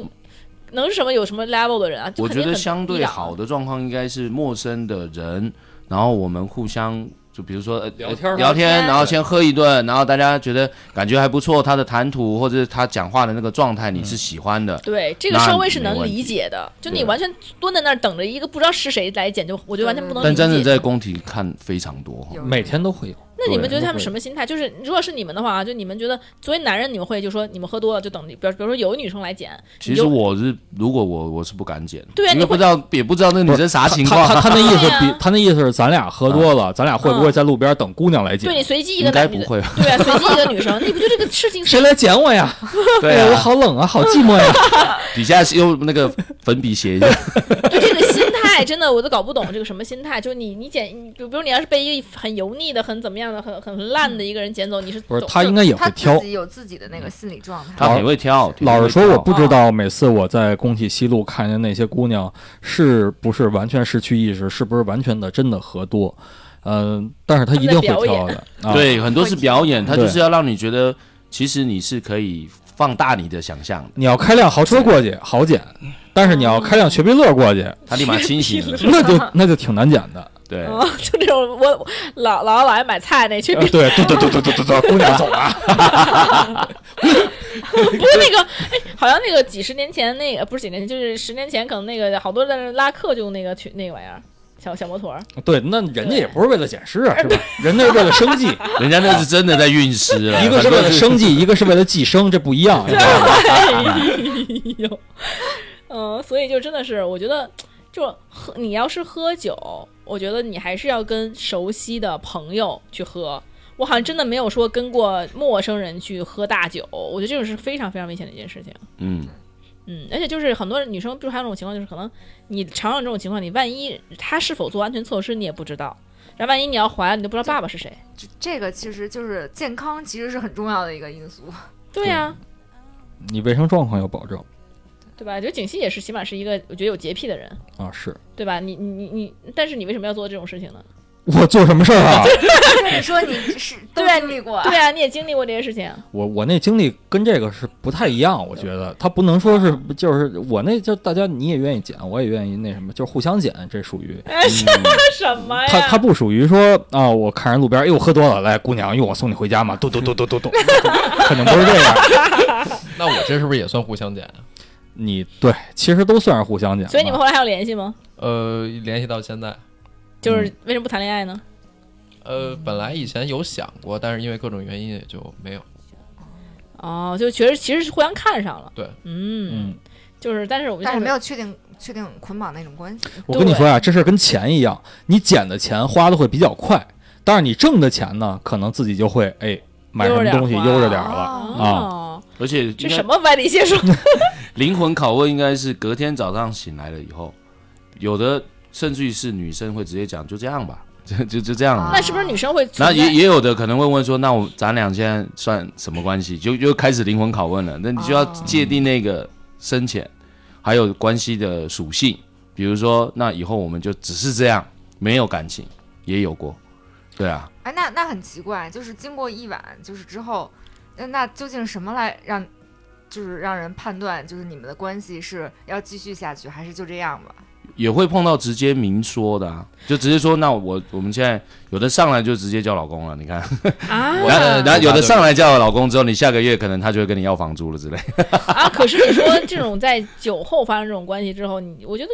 能是什么有什么 level 的人啊？就
嗯我
肯
觉
定
得
很
相
低
对
档
好的状况应该是陌生的人，然后我们互相就比如说呃
聊天儿
聊
聊天
天，然后先喝一顿，然后大家觉得感觉还不错，他的谈吐或者是他讲话的那个状态你是喜欢的，
对，这个
那
稍微是
没
能
问
理
题
解的。就
对
你完全蹲在那儿等着一个不知道是谁来捡，就我就完全不能理
但
解。
真的在工体看非常多。
有
每天都会有，
那你们觉得
对
他们什么心态？就是如果是你们的话啊，就你们觉得作为男人，你们会就说你们喝多了就等，比如比如说有女生来捡，
其
你
实
就
我是，如果我我是不敢剪，
对啊你
因为
会
不知道也不知道那个女生啥情况嗯
他，他他那意思
对啊
比他那意思是咱俩喝多了，咱俩会不会在路边等姑娘来捡
对？你随机一个
应该
男
不
女的，
会，
对啊，随机一个女生，你不就这个事情
谁来捡我呀？
对
哎呀我
啊，
好冷啊，好寂寞呀。
底下是用那个粉笔写一下，
对这个心态，真的我都搞不懂这个什么心态。就你你捡，你比如比如你要是被一个很油腻的、很怎么样的、很很烂的一个人捡走，你是
不是，
懂
他应该也
他
会挑
自。己有自己的那个心理状态。
他挺会挑。挺会
老实说，
挑
我不知道每次我在工体西路看见那些姑娘，是不是完全失去意识，是不是完全的真的喝多？嗯、但是她一定会
她
挑
们
的。啊、，
对，很多是表演，他
对
就是要让你觉得，其实你是可以放大你的想象的。
你要开辆豪车过去好捡，但是你要开辆雪碧乐 过去，
他立马清醒了，
那就那就挺难捡的。
对，
哦，就这种我我老老老爱买菜那去，
呃对，对对对对对对对，姑娘走了。
不是那个，哎，好像那个几十年前那个不是几年前，就是十年前可能那个好多在那拉客就那个去那个玩意儿，小小摩托儿，
对，那人家也不是为了捡尸啊，是吧？人家是为了生 计，
人家那是真的在运尸了，
一个是为了生计，一个是为了寄生，这不一样。你知道吗
哎呦，嗯，所以就真的是，我觉得就喝，你要是喝酒，我觉得你还是要跟熟悉的朋友去喝。我好像真的没有说跟过陌生人去喝大酒，我觉得这种是非常非常危险的一件事情。
嗯，
嗯，而且就是很多女生，比如还有那种情况，就是可能你常有这种情况，你万一她是否做安全措施，你也不知道。然后万一你要怀了，你都不知道爸爸是谁。
这这个其实就是健康，其实是很重要的一个 因素。
对呀、
你卫生状况要保证
对吧？我觉得景熙也是，起码是一个我觉得有洁癖的人，
啊，是
对吧？你你你你，但是你为什么要做这种事情呢？
我做什么事儿啊？
就是你说你是都
对啊
经历过，
对啊，你也经历过这些事情，
我我那经历跟这个是不太一样，我觉得他不能说是就是我那就大家你也愿意捡，我也愿意那什么，就是互相捡，这属于
哎，是什么呀？
他他不属于说啊，我看人路边，哎呦喝多了，来姑娘，用我送你回家嘛，嘟嘟嘟嘟嘟嘟，肯定不是这样。
那我这是不是也算互相捡？啊
你对，其实都算是互相捡吧，
所以你们后来还有联系吗？
嗯
呃，联系到现在，
就是为什么不谈恋爱呢？
呃，本来以前有想过，但是因为各种原因也就没有。
哦，就觉得其实是互相看上了。
对，
嗯，
嗯，
就是，但是我们
但是没
有
有确定确定捆绑那种关系。
我跟你说啊，这事儿跟钱一样，你捡的钱花的会比较快，但是你挣的钱呢，可能自己就会哎买什
悠着
么
点
东西
花
悠着点儿了。
哦，
哦，
而且啊应
这
该啊
什么歪理邪说？
灵魂拷问应该是隔天早上醒来了以后，有的甚至于是女生会直接讲就这样吧， 就就就这样了。
那是不是女生会存
那
在？
也也有的可能会问说，那我咱俩现在算什么关系？就又开始灵魂拷问了。那你就要
哦
界定那个深浅，还有关系的属性。比如说，那以后我们就只是这样，没有感情，也有过。对啊，
哎，那那很奇怪，就是经过一晚，就是之后，那那究竟什么来让，就是让人判断，就是你们的关系是要继续下去，还是就这样吧？
也会碰到直接明说的啊，就直接说，那我我们现在有的上来就直接叫老公了，你看，
啊
然后然后有的上来叫老公之后，你下个月可能他就会跟你要房租了之类。
啊！可是你说这种在酒后发生这种关系之后，你我觉得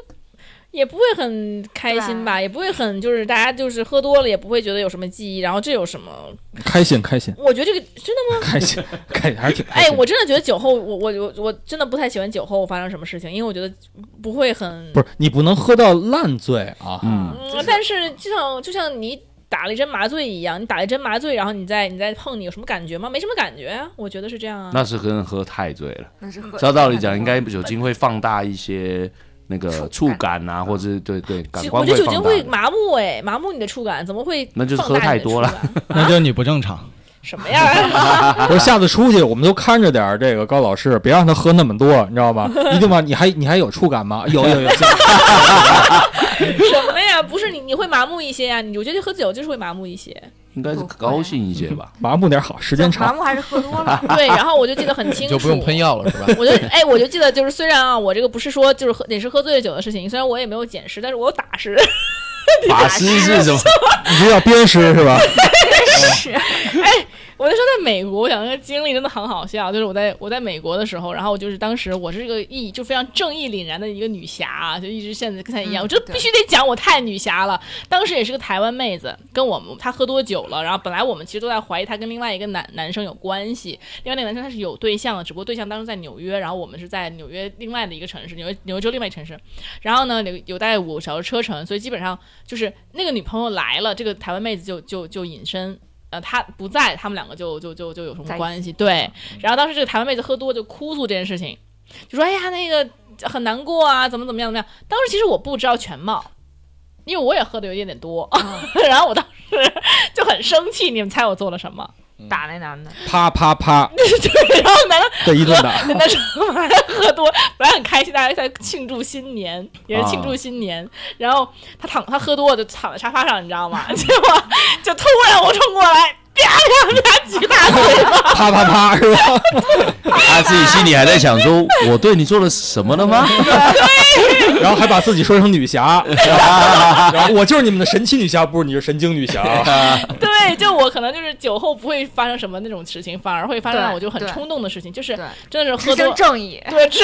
也不会很开
啊
心吧，也不会很就是大家就是喝多了也不会觉得有什么记忆，然后这有什么？
开心开 心
我觉得这个真的吗？
开心开心，还是挺开
哎，
心
我真的觉得酒后，我我我我真的不太喜欢酒后发生什么事情，因为我觉得不会很
不是你不能喝到烂醉啊，
嗯，
嗯，但是就像就像你打了一针麻醉一样，你打了一针麻醉，然后你再你再碰，你有什么感觉吗？没什么感觉啊，我觉得是这样啊。
那是跟喝太醉了。
那
嗯
是喝
照道理讲，应该酒精会放大一些那个触感啊，或者是对对感
酒
官
我觉得酒
放
精
大
会
的。
麻木哎，麻木你的触感，怎么会
那就是
放大
喝太
你的
多
触
了
感
那就是你不正常。
什么呀？
我说下次出去我们都看着点儿这个高老师，别让他喝那么多，你知道 吗？一定吧？你还你还有触感吗？有有有，
什么呀？不是你你会麻木一些呀、你我觉得喝酒就是会麻木一些。
应该是
啊
高兴一些 吧。
麻木点儿好，时间
麻
长。
木还是喝多 了？
对，然后我就记得很清
你
楚，
就不用喷药了是吧？
我就哎，我就记得就是，虽然啊，我这个不是说就是喝也是喝醉酒的事情，虽然我也没有捡尸，但是我有打尸，
法师 是什么？
你这叫鞭尸是吧？
我那时候在美国，我想那个经历真的很好笑。就是我在我在美国的时候，然后我就是当时我是一个义就非常正义凛然的一个女侠啊，就一直现在跟她一样，
嗯
我觉得必须得讲我太女侠了。当时也是个台湾妹子，跟我们她喝多酒了，然后本来我们其实都在怀疑她跟另外一个男男生有关系，另外那个男生他是有对象的，只不过对象当时在纽约，然后我们是在纽约另外的一个城市，纽约纽约州另外一个城市。然后呢，有有大概五个小时车程，所以基本上就是那个女朋友来了，这个台湾妹子就就就隐身。呃，她不在，他们两个就就就就有什么
在一起
关系？对。然后当时这个台湾妹子喝多就哭诉这件事情，就说：“哎呀，那个很难过啊，怎么怎么样怎么样。”当时其实我不知道全貌，因为我也喝的有一点点多， 然后我当时就很生气。你们猜我做了什么？
打那男的，
嗯
啪啪啪，
对，然后男的
这一 顿打。
那时候还喝多，本来很开心，大家在庆祝新年，也
啊
是庆祝新年。然后他躺，他喝多了就躺在沙发上，你知道吗？ 结果就突然我冲过来，啪啪啪几大 嘴巴，
啪啪啪是吧？
他自己心里还在想说：“我对你做了什么 了吗
然后还把自己说成女侠，然后我就是你们的神奇女侠，不是你是神经女 侠。
对，就我可能就是酒后不会发生什么那种事情，反而会发生让我就很
对对
冲动的事情，就是
对，
真的是
执
喝多
行正义，
对，这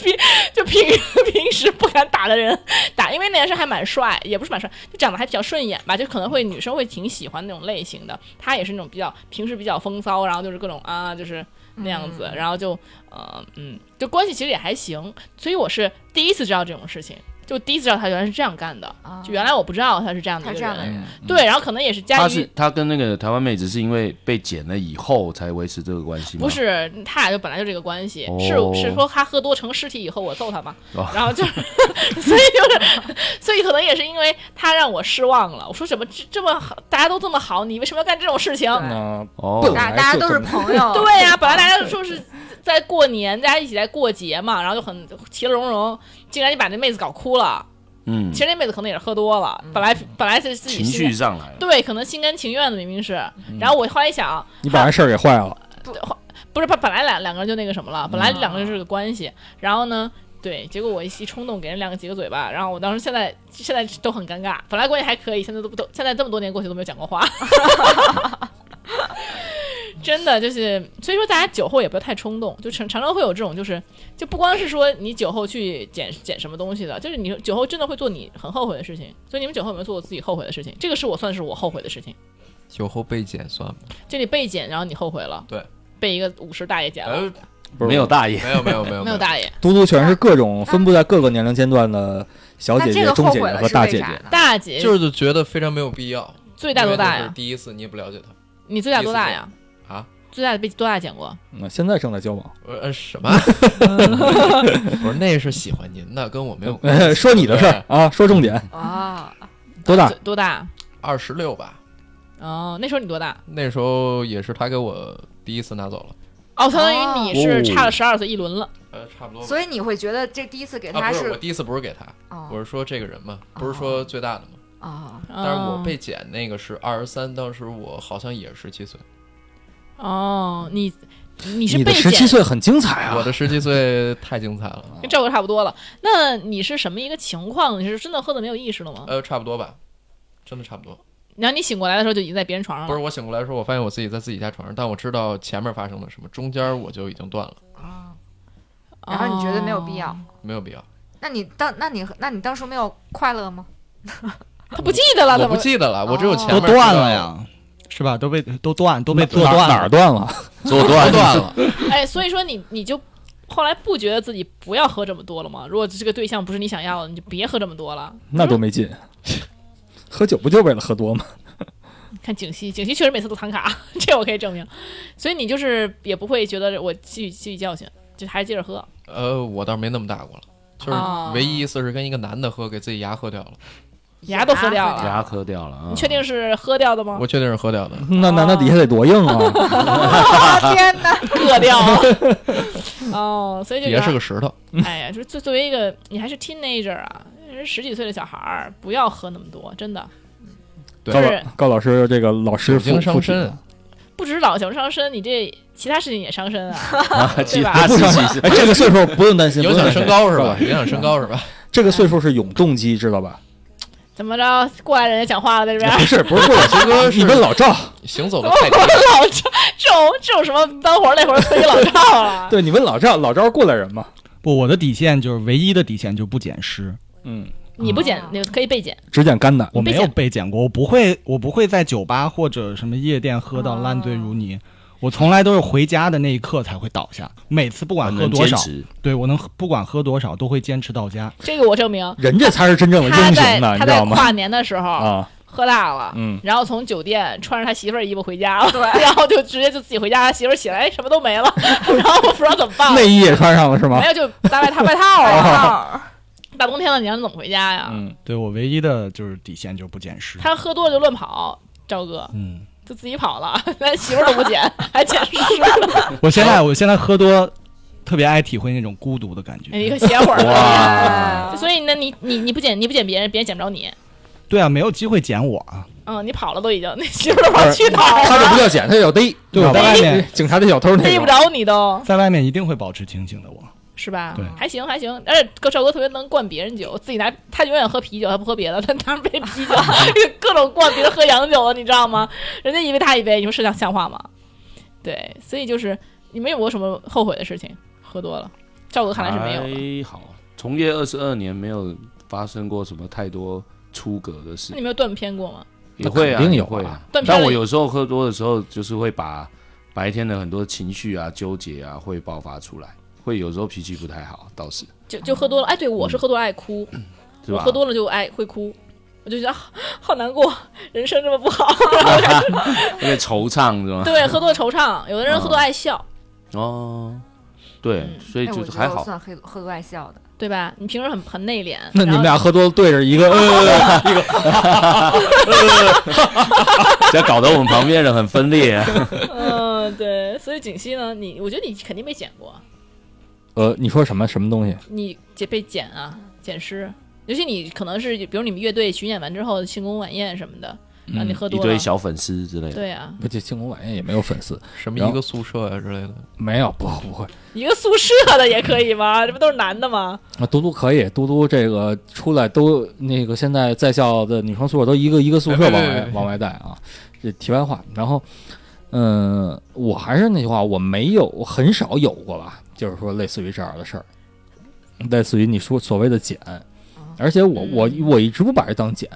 平就平 平时不敢打的人打，因为那男生还蛮帅，也不是蛮帅，就长得还比较顺眼吧，就可能会女生会挺喜欢那种类型的。他也是那种比较平时比较风骚，然后就是各种啊，就是那样
嗯
子，然后就呃嗯，就关系其实也还行。所以我是第一次知道这种事情，就第一次知道他原来是这样干的，
啊
就原来我不知道他是这样的
他
一
这
个
样的
人。
人，
对，然后可能也是？”
他
加
是
于
他跟那个台湾妹子是因为被剪了以后才维持这个关系吗？
不，是，他俩就本来就这个关系，
哦
是是说他喝多成尸体以后我揍他嘛，
哦
然后就是， 所以就是，所以可能也是因为他让我失望了。我说怎么这这么好，大家都这么好，你为什么要干这种事情？
嗯，
哦，
大大家都是朋友，
对呀、本来大家都说是在过年，大家一起在过节嘛，然后就很其乐融融，竟然就把那妹子搞哭了。
嗯
其，实那妹子可能也是喝多了，本来本来是自己
情
心
绪嗯
甘
上来了。
对，可能心甘情愿的明明是，然后我后来一想，
你把人事儿给坏了，
不是，本本来两两个人就那个什么了，本来两个人就是个关系，然后呢，对，结果我一一冲动给人两个几个嘴巴，然后我当时现在现在都很尴尬，本来关系还可以，现在都不都现在这么多年过去都没有讲过话，真的就是，所以说大家酒后也不要太冲动，就常常常会有这种就是，就不光是说你酒后去捡捡什么东西的，就是你酒后真的会做你很后悔的事情，所以你们酒后有没有做过自己后悔的事情？这个是我算是我后悔的事情，
酒后被检算吗？
就你被捡，然后你后悔了，
对，
被一个五十大爷捡了，
呃，
没有大爷，
没有没有没有
没有大爷。
嘟嘟全是各种分布在各个年龄阶段的小
那
姐
这
姐
个、
中
后
姐
悔
姐
了
和
是
大
为
姐
啥
姐。
呢？
大姐
就是觉得非常没有必要。
最大多大
因为那
呀
是？第一次你也不了解他
你最大多大呀？
啊？
最大的被多大捡过？
嗯，现在正在交往。
我说呃什么？我说那是喜欢您的，跟我没有关系。
呃 说你的事儿啊，说重点，
啊，
多大
最？多大？
二十六吧，
哦，那时候你多大？
那时候也是他给我第一次拿走了，
哦，相
啊
当于你是差
哦
了十二岁一轮了。
呃，差不多吧。
所以你会觉得这第一次给
啊，
他
不是
是
我第一次不是给他，
啊
我是说这个人嘛，不是说最大的嘛。
啊
但
但是我被捡那个是二十三，当时我好像也十七岁，
哦，你你是
你
被
的十
捡，
七岁很精彩啊！
我的十七岁太精彩 了，
跟赵哥差不多了。那你是什么一个情况？你是真的喝的没有意识了吗？
呃，差不多吧，真的差不多。
然后你醒过来的时候就已经在别人床上
不是
了。
我醒过来的时候，我发现我自己在自己家床上，但我知道前面发生了什么，中间我就已经断了，
啊，然后你觉得没有必要
哦？，
没有必要。
那你当那你那你当时没有快 乐吗？
他不记得了，
我
怎
不
么？
记得了，我只有前
都
面
断了。呀，是吧？都被都断，都被
哪
做断了
哪儿断 了？
做断
都断了，
哎，所以说你你就后来不觉得自己不要喝这么多了吗？如果这个对象不 是你想要的，你就别喝这么多了。
那多没劲！喝酒不就为了喝多吗？
看景熙，景熙确实每次都弹卡， 这我可以证明。所以你就是也不会觉得我吸取吸取教训，就还是接着喝。
呃，我倒是没那么大过了，就是
哦
唯一一次是跟一个男的喝，给自己牙喝掉了。
牙都喝掉了
牙磕掉了啊！
你确定是喝掉的吗？
我确定是喝掉的。
那男的底下得多 硬啊！
哦天哪！
割掉了。哦，所以就
也
有
是
点
个石头，
哎呀，就是作作为一个你还是 teenager 啊，是十几岁的小孩儿，不要喝那么多，真的。
对
就
高
是
老高老师，这个老师
酒
附
精伤
附体
身
了。，
不止老情伤身，你这其他事情也伤身啊，
啊，其
对吧
他事情
哎，这个岁数不用担心，
影
不用
响
担心
身高是
高老
吧？
师
影响身高是吧？
这个岁数是永动机，知道 吧？
怎么着？过来人家讲话了在这边
不。是，不是，不是，
杰哥
你
是
问老赵，，
行走的 太低，
老赵，这种这种什么搬活儿累活儿推老赵了
对你问老赵，老赵是过来人嘛？
不，我的底线就是唯一的底线就不捡尸，
嗯，
你不减，你可以被减。
只捡干的。
我没
被
有
捡
被捡过，我不会，我不会在酒吧或者什么夜店喝到烂醉如
啊
泥。我从来都是回家的那一刻才会倒下，每次不管
啊
喝
啊能
多
坚
少，
持。
对我能喝不管喝多少都会坚持到家。
这个我证明，
人家才是真正的
他
英雄
在
呢，你
他
知
在
道吗？
跨年的时候
啊，
喝大了，
嗯，
然后从酒店穿着他媳妇儿衣服回家了， 然后就直接就自己回家，他媳妇儿起来哎什么都 没了，然后我不知道怎么办了，
内衣也穿上了是吗
哦没？有就搭外套外 套
外
啊，
套
大冬天的你让他怎么回家呀？
嗯，
对我唯一的就是底线就不捡尸。
他喝多了就乱跑，赵哥
嗯，
就自己跑了，连媳妇儿都不捡，还捡 尸，
我现在我现在喝多，特别爱体会那种孤独的感
哎你
觉。
可歇会儿。
哇，
所以呢，你你你不捡你不捡别人，别人捡不着你。
对啊，没有机会捡我啊！
嗯，你跑了都已经，那媳妇儿都跑去哪儿
他
了？
这不叫捡，他叫逮，
对我
知道吧
在外面，
警察逮小偷
啊
那
逮不
个。
着你都
在外面一定会保持清醒的我。
是吧？
对
还行还行。而且高少哥特别能灌别人酒，自己拿他永远喝啤酒，他不喝别的，他拿杯啤 酒各种灌别人喝洋酒了，你知道吗？人家一杯他一杯，你说是像像话吗？对，所以就是你们有没有什么后悔的事情？喝多了，赵哥看来是没有的。
还好，从业二十二年没有发生过什么太多出格的事
那你，没有断片过吗？
也会
那
啊，
肯定
也
有啊
会啊
断。片
但
了
我有时候喝多的时候，就是会把白天的很多情绪啊、纠结啊，会爆发出来，会有时候脾气不太好，倒是
就就喝多了，哎，对我是喝多了爱哭，
嗯是
我
吧？
喝多了就爱会哭，我就觉得啊好难过，人生这么不好， 然后开始
因为惆怅是吗？
对喝多了惆怅，有的人喝
啊
多爱笑，
哦，对，
嗯
所以
哎，
就
我
是
觉
还
得我
好。
算喝喝多爱笑的，
对吧？你平时很很内敛，
那你们
然
俩喝多了对着一个，呃，一个
这搞得我们旁边人很分裂。啊
后嗯对，所以景熙呢，你我觉得你肯定被剪过，
呃，你说什么什么东西？
你剪被剪啊，
嗯
剪尸，尤其你可能是比如你们乐队巡演完之后的庆功晚宴什么的，然后你 喝
嗯一
多了，
堆小粉丝之类的，
对啊，
不，这庆功晚宴也没有粉丝，
什么
然
一
后
个宿舍呀之类的。
没有，不不会。
一个宿舍的也可以吗？这不都是男的吗？
啊，嘟嘟可以，嘟嘟这个出来都那个现在在校的女生宿舍都一个一个宿舍往
哎别别
外
别
往外带啊。这题外话，然后，嗯，我还是那句话，我没有我很少有过吧，就是说类似于这样的事儿，类似于你说所谓的捡，而且我我
嗯
我一直不把这当捡，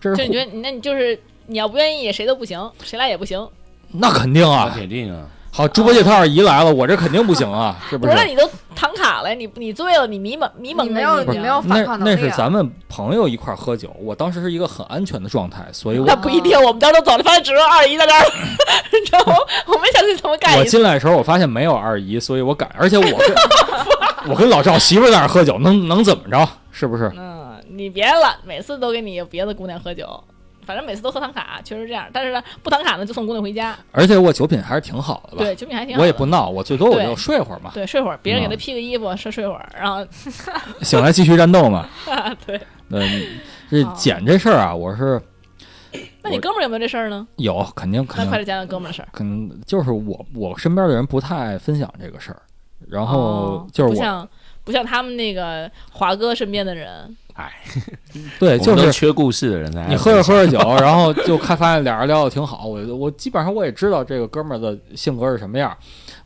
这
就是你觉得你那你就是你要不愿意，谁都不行，谁来也不行。
那肯定
哦
那
啊。
肯定啊，
好，猪八戒他二姨来了，我这肯定不行啊，是
不
不是
是？你都躺卡了，你你醉了，你迷蒙迷蒙
你没有
了已经
你没有
那
反抗能力
那
啊。
是咱们朋友一块儿喝酒，我当时是一个很安全的状态，所以我
那不一定，我们当时走了，发现只有二姨在那儿， 然后我们想去怎么干
我
一次。
进来的时候，我发现没有二姨，所以我改，而且我跟 我跟老赵媳妇儿在那儿喝酒，能能怎么着？是不是？
嗯，你别了，每次都跟你别的姑娘喝酒，反正每次都喝唐卡，确实这样。但是呢，不唐卡呢就送姑娘回家，
而且我酒品还是挺好的吧？
对，酒品还挺好的。
我也不闹，我最多我
对
就睡会儿嘛，
对，睡会儿，别人给他
嗯
披个衣服，说睡会儿，然后
醒来继续战 斗嘛。
啊对。
嗯，这
哦
捡这事儿啊，我是
那你
我
哥们儿有没有这事儿呢？
有肯定肯
那快
定
点讲讲哥们儿的事儿。
可能就是我我身边的人不太爱分享这个事儿，然后
哦
就是
不
我、
像不像他们那个华哥身边的人，
对
我
哎就
们都
是。
缺故事的人啊才。
你喝着喝着酒，然后就看发现俩人聊的挺好，我我基本上我也知道这个哥们儿的性格是什么样，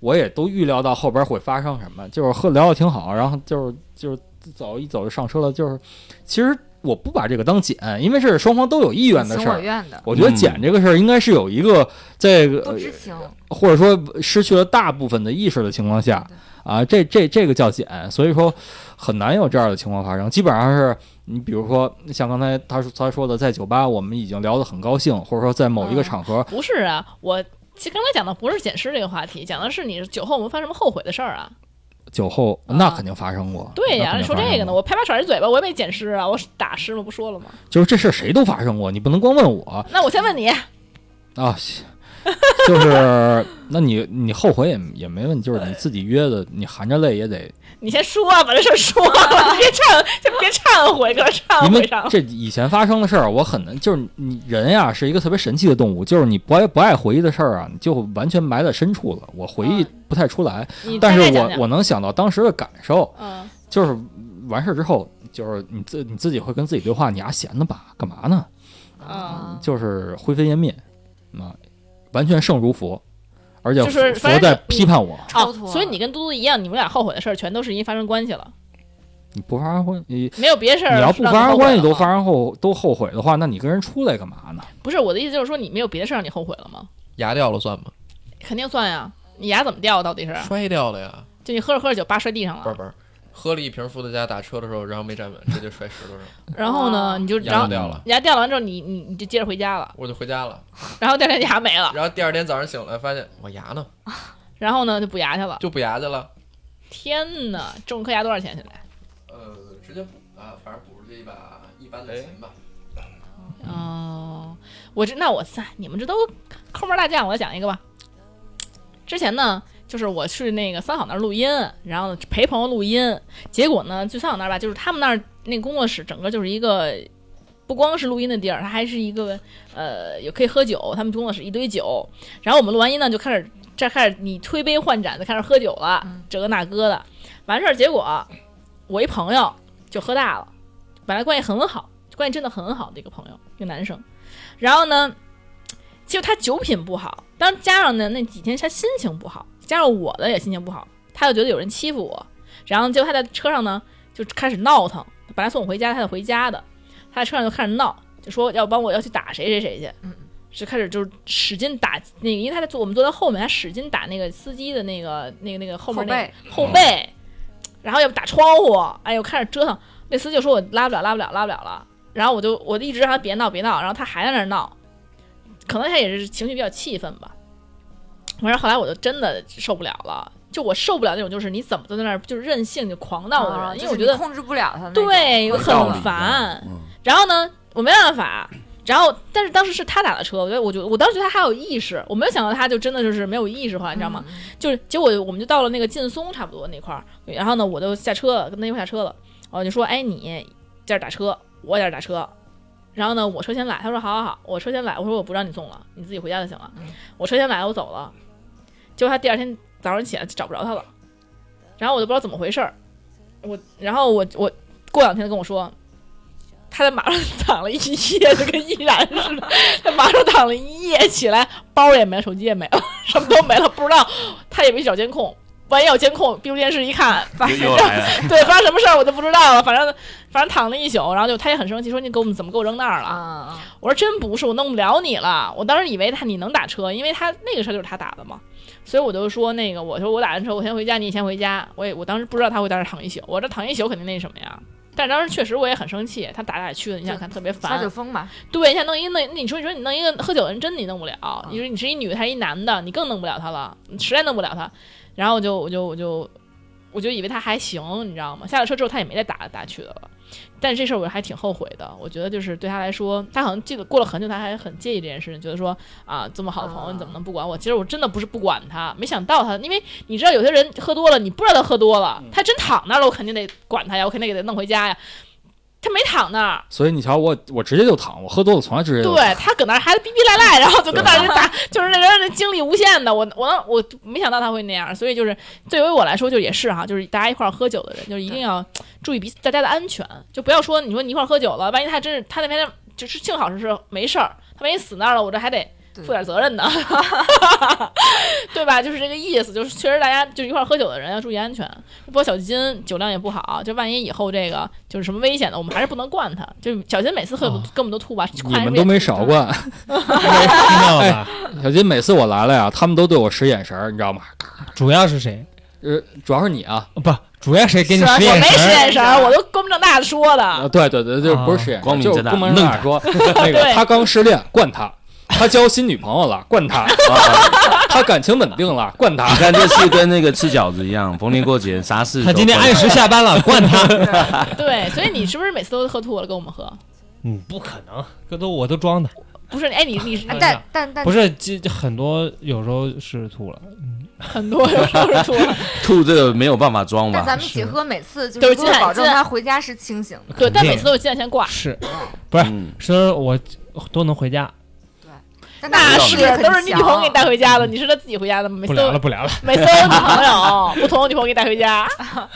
我也都预料到后边会发生什么，就是喝聊的挺好，然后就是就是走一走就上车了，就是其实我不把这个当减，因为这是双方都有意愿的
情
事
我
儿。
愿的，
我觉得减这个事儿应该是有一个在
不
呃
知情。
或者说失去了大部分的意识的情况下
对
啊，这这这个叫减，所以说很难有这样的情况发生。基本上是你比如说像刚才他说他说的，在酒吧我们已经聊得很高兴，或者说在某一个
嗯
场合，
不是啊，我其实刚才讲的不是捡尸这个话题，讲的是你酒后有没有犯什么后悔的事儿啊？
酒后
啊
那肯定发生过。
对呀、
那肯
你
定
说
发生
这个呢，
过
我拍拍甩人嘴巴，我也没捡尸啊，我打尸了不说了吗？
就是这事儿谁都发生过，你不能光问我
那我先问你，
啊。行就是， 那你你后悔也也没问题，就是你自己约的，你含着泪也得。
你先说啊，把这事儿说了，别忏，就别忏悔，搁这忏
因
悔
为
上了。
这以前发生的事儿，啊我很难，就是你人呀、是一个特别神奇的动物，就是你不爱不爱回忆的事儿啊，你就完全埋在深处了，我回忆不太出来。
嗯你大
但是
概讲
我
讲
我能想到当时的感受，
嗯，
就是完事儿之后，就是你自你自己会跟自己对话，你丫闲的吧，干嘛呢？
嗯
啊
就是灰飞烟灭，啊，完全胜如佛，而且
就
佛
是反
佛
正
在
你
批判我，
哦
超脱，了
所以你跟嘟嘟一样，你们俩后悔的事儿全都是因为发生关系了，
你不发生关，你
没有别的事儿。
你要不发生关系都发
生，
生后都后悔的话，那你跟人出来干嘛呢？
不是我的意思就是说你没有别的事儿让你后悔了吗？
牙掉了算吗？
肯定算呀，你牙怎么掉到底是？
摔掉了呀，
就你喝着喝着酒，叭摔地上
不是
了，
不是，啊喝了一瓶伏特加，打车的时候，然后没站稳，直接摔石头 上，
然后呢，你就然
牙
后
就掉了，
牙掉完之后，你你你就接着回家了，
我就回家了。
然后第二天牙没了，
然后第二天早上醒来，发现我牙呢，
然后呢就补牙去了。
就补牙去了。
天哪，种颗牙多少钱现在？
呃，直接补啊，反正补了一把一般的钱吧。
哦，我这那我塞，你们这都抠门大将，我再讲一个吧。之前呢，就是我去那个三好那儿录音，然后陪朋友录音，结果呢，去三好那儿吧，就是他们那儿那工作室整个就是一个。不光是录音的地儿，它还是一个呃，也可以喝酒。他们工作室一堆酒，然后我们录完音呢，就开始这开始你推杯换盏的开始喝酒了，这个那个的。完事儿，结果我一朋友就喝大了，本来关系很好，关系真的很好的一个朋友，一个男生。然后呢，就他酒品不好，当加上呢那几天他心情不好，加上我的也心情不好，他就觉得有人欺负我，然后结果他在车上呢就开始闹腾，本来送我回家，他得回家的，他在车上就开始闹，就说要帮我要去打谁谁谁去。
嗯
就开始就是使劲打那个，因为他在坐我们坐在后面，他使劲打那个司机的那个那个那个后面那个后背，然后要不打窗户，哎呦，开始折腾。那司机就说我拉不了，拉不了，拉不了了。然后我就我一直让他别闹，别闹，然后他还在那儿闹，可能他也是情绪比较气愤吧。完事儿后来我就真的受不了了，就我受不了那种就是你怎么都在那儿就是任性就狂闹的人，
啊
因
就
为我
是
觉得
你控制不了他们那种，
对
会
很
闹
道理
烦
嗯
然后呢，我没办法，然后但是当时是他打的车，我觉得我就我当时觉得他还有意识，我没有想到他就真的就是没有意识化，你知道
嗯
吗？？就是结果我们就到了那个劲松差不多那块儿，然后呢我就下车了，跟他一块下车了，我就说哎你在这儿打车，我在这儿打车。然后呢，我车先来，他说好好好，我车先来。我说我不让你送了，你自己回家就行
嗯
了。我车先来，我走了。结果他第二天早上起来就找不着他了，然后我就不知道怎么回事儿。我然后我我过两天他跟我说，他在马路上躺了一夜，就跟依然似的，在马路上躺了一夜，起来包也没了，手机也没了，什么都没了，不知道他也没去找监控，万一有监控，闭路电视一看，
又 又来了，
对，发生什么事儿我就不知道了。反正反正躺了一宿，然后就他也很生气，说你给我们怎么给我扔那儿了？
啊，
我说真不是，我弄不了你了。我当时以为他你能打车，因为他那个车就是他打的嘛，所以我就说那个我说我打完车我先回家，你也先回家。我也我当时不知道他会在那儿躺一宿，我这躺一宿肯定那什么呀。但当时确实我也很生气，他打来打去的，你想想看特别
发
烦
酒。疯嘛，
对，你想弄一弄，你说你说你弄一个喝酒的人，真你弄不了。你说你是一女的还是一男的，你更弄不了他了，你实在弄不了他。然后我就我就我就我就以为他还行，你知道吗？下了车之后他也没再打来打去的了。但是这事儿我还挺后悔的，我觉得就是对他来说，他好像记得过了很久，他还很介意这件事情，觉得说啊这么好的朋友你怎么能不管我？其实我真的不是不管他，没想到他，因为你知道有些人喝多了，你不知道他喝多了，他真躺那儿了，我肯定得管他呀，我肯定给他弄回家呀。他没躺那儿，
所以你瞧我，我直接就躺，我喝多了从来直接就
对他搁那儿还逼逼赖赖，然后就跟那儿就打，就是那人精力无限的。我我我没想到他会那样，所以就是对于我来说，就是也是哈，就是大家一块儿喝酒的人，就是一定要注意彼此大家的安全，就不要说你说你一块儿喝酒了，万一他真是他那边就是幸好是是没事儿，他万一死那儿了，我这还得
对
负点责任的， 对吧？就是这个意思，就是确实大家就一块儿喝酒的人要注意安全，不过小金酒量也不好，就万一以后这个就是什么危险的，我们还是不能惯他。就小金每次喝酒
哦
跟我们都吐吧，
你们都没少
惯。
灌。
听到了
哎
吧？
小金每次我来了呀，他们都对我使眼神儿，你知道吗？
主要是谁？
呃，主要是你啊，
哦
不，主要谁给你
是吧
使
我
眼
没使
神儿？
眼神啊儿，我都光明正大的说
啊，
的。
对对对，就是不是使眼神儿，
啊光明
就是
正大
光明正大说，那个
对
他刚失恋，惯他；他交新女朋友了，惯他；他感情稳定了，惯他
你。看这事跟那个吃饺子一样， 逢年过节啥事都
他
管。
今
哎
天按时下班了，惯他。
对，所以你是不是每次都喝吐了跟我们喝？
嗯，不可能，这都我都装的，
不是，哎，你 你是
啊但但但
不是，这这很多有时候是吐了。
很多有时候是吐了，
吐这个没有办法装
但
吧？
咱们姐
是
喝每次就
都
是
是
都
鸡
会
蛋
保证
鸡蛋
她回家是清醒的。
对，但
肯定
每次都有鸡蛋先挂。
是，不是，
嗯，
是我都能回家，
但
那
她
是
也很
都是你女朋友给你带
小
回家的，你是她自己回家的吗，每
不
次
聊了，
都
不聊了。
每次都有女朋 友，不同的女朋友给你带回家，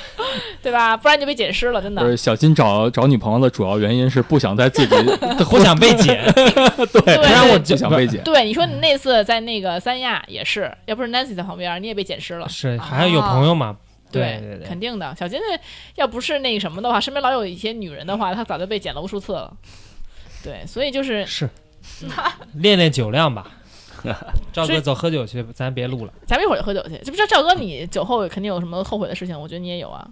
对吧？不然你就被捡尸了，真
就
的。
是小金找找女朋友的主要原因是不想在自己
不想被解，
对，
不然我
不
就
想被解。
对，你说你那次在那个三亚也是，要不是 Nancy 在旁边，你也被捡尸了。
是还有朋
哦
友嘛？对对对，
肯定的。小金那要不是那个什么的话，身边老有一些女人的话，她早就被捡了无数次了。对，所以就是
是，练练酒量 吧。赵哥，走喝酒去，咱别录了。
咱们一会儿就喝酒去。这不知道赵哥，你酒后肯定有什么后悔的事情，我觉得你也有啊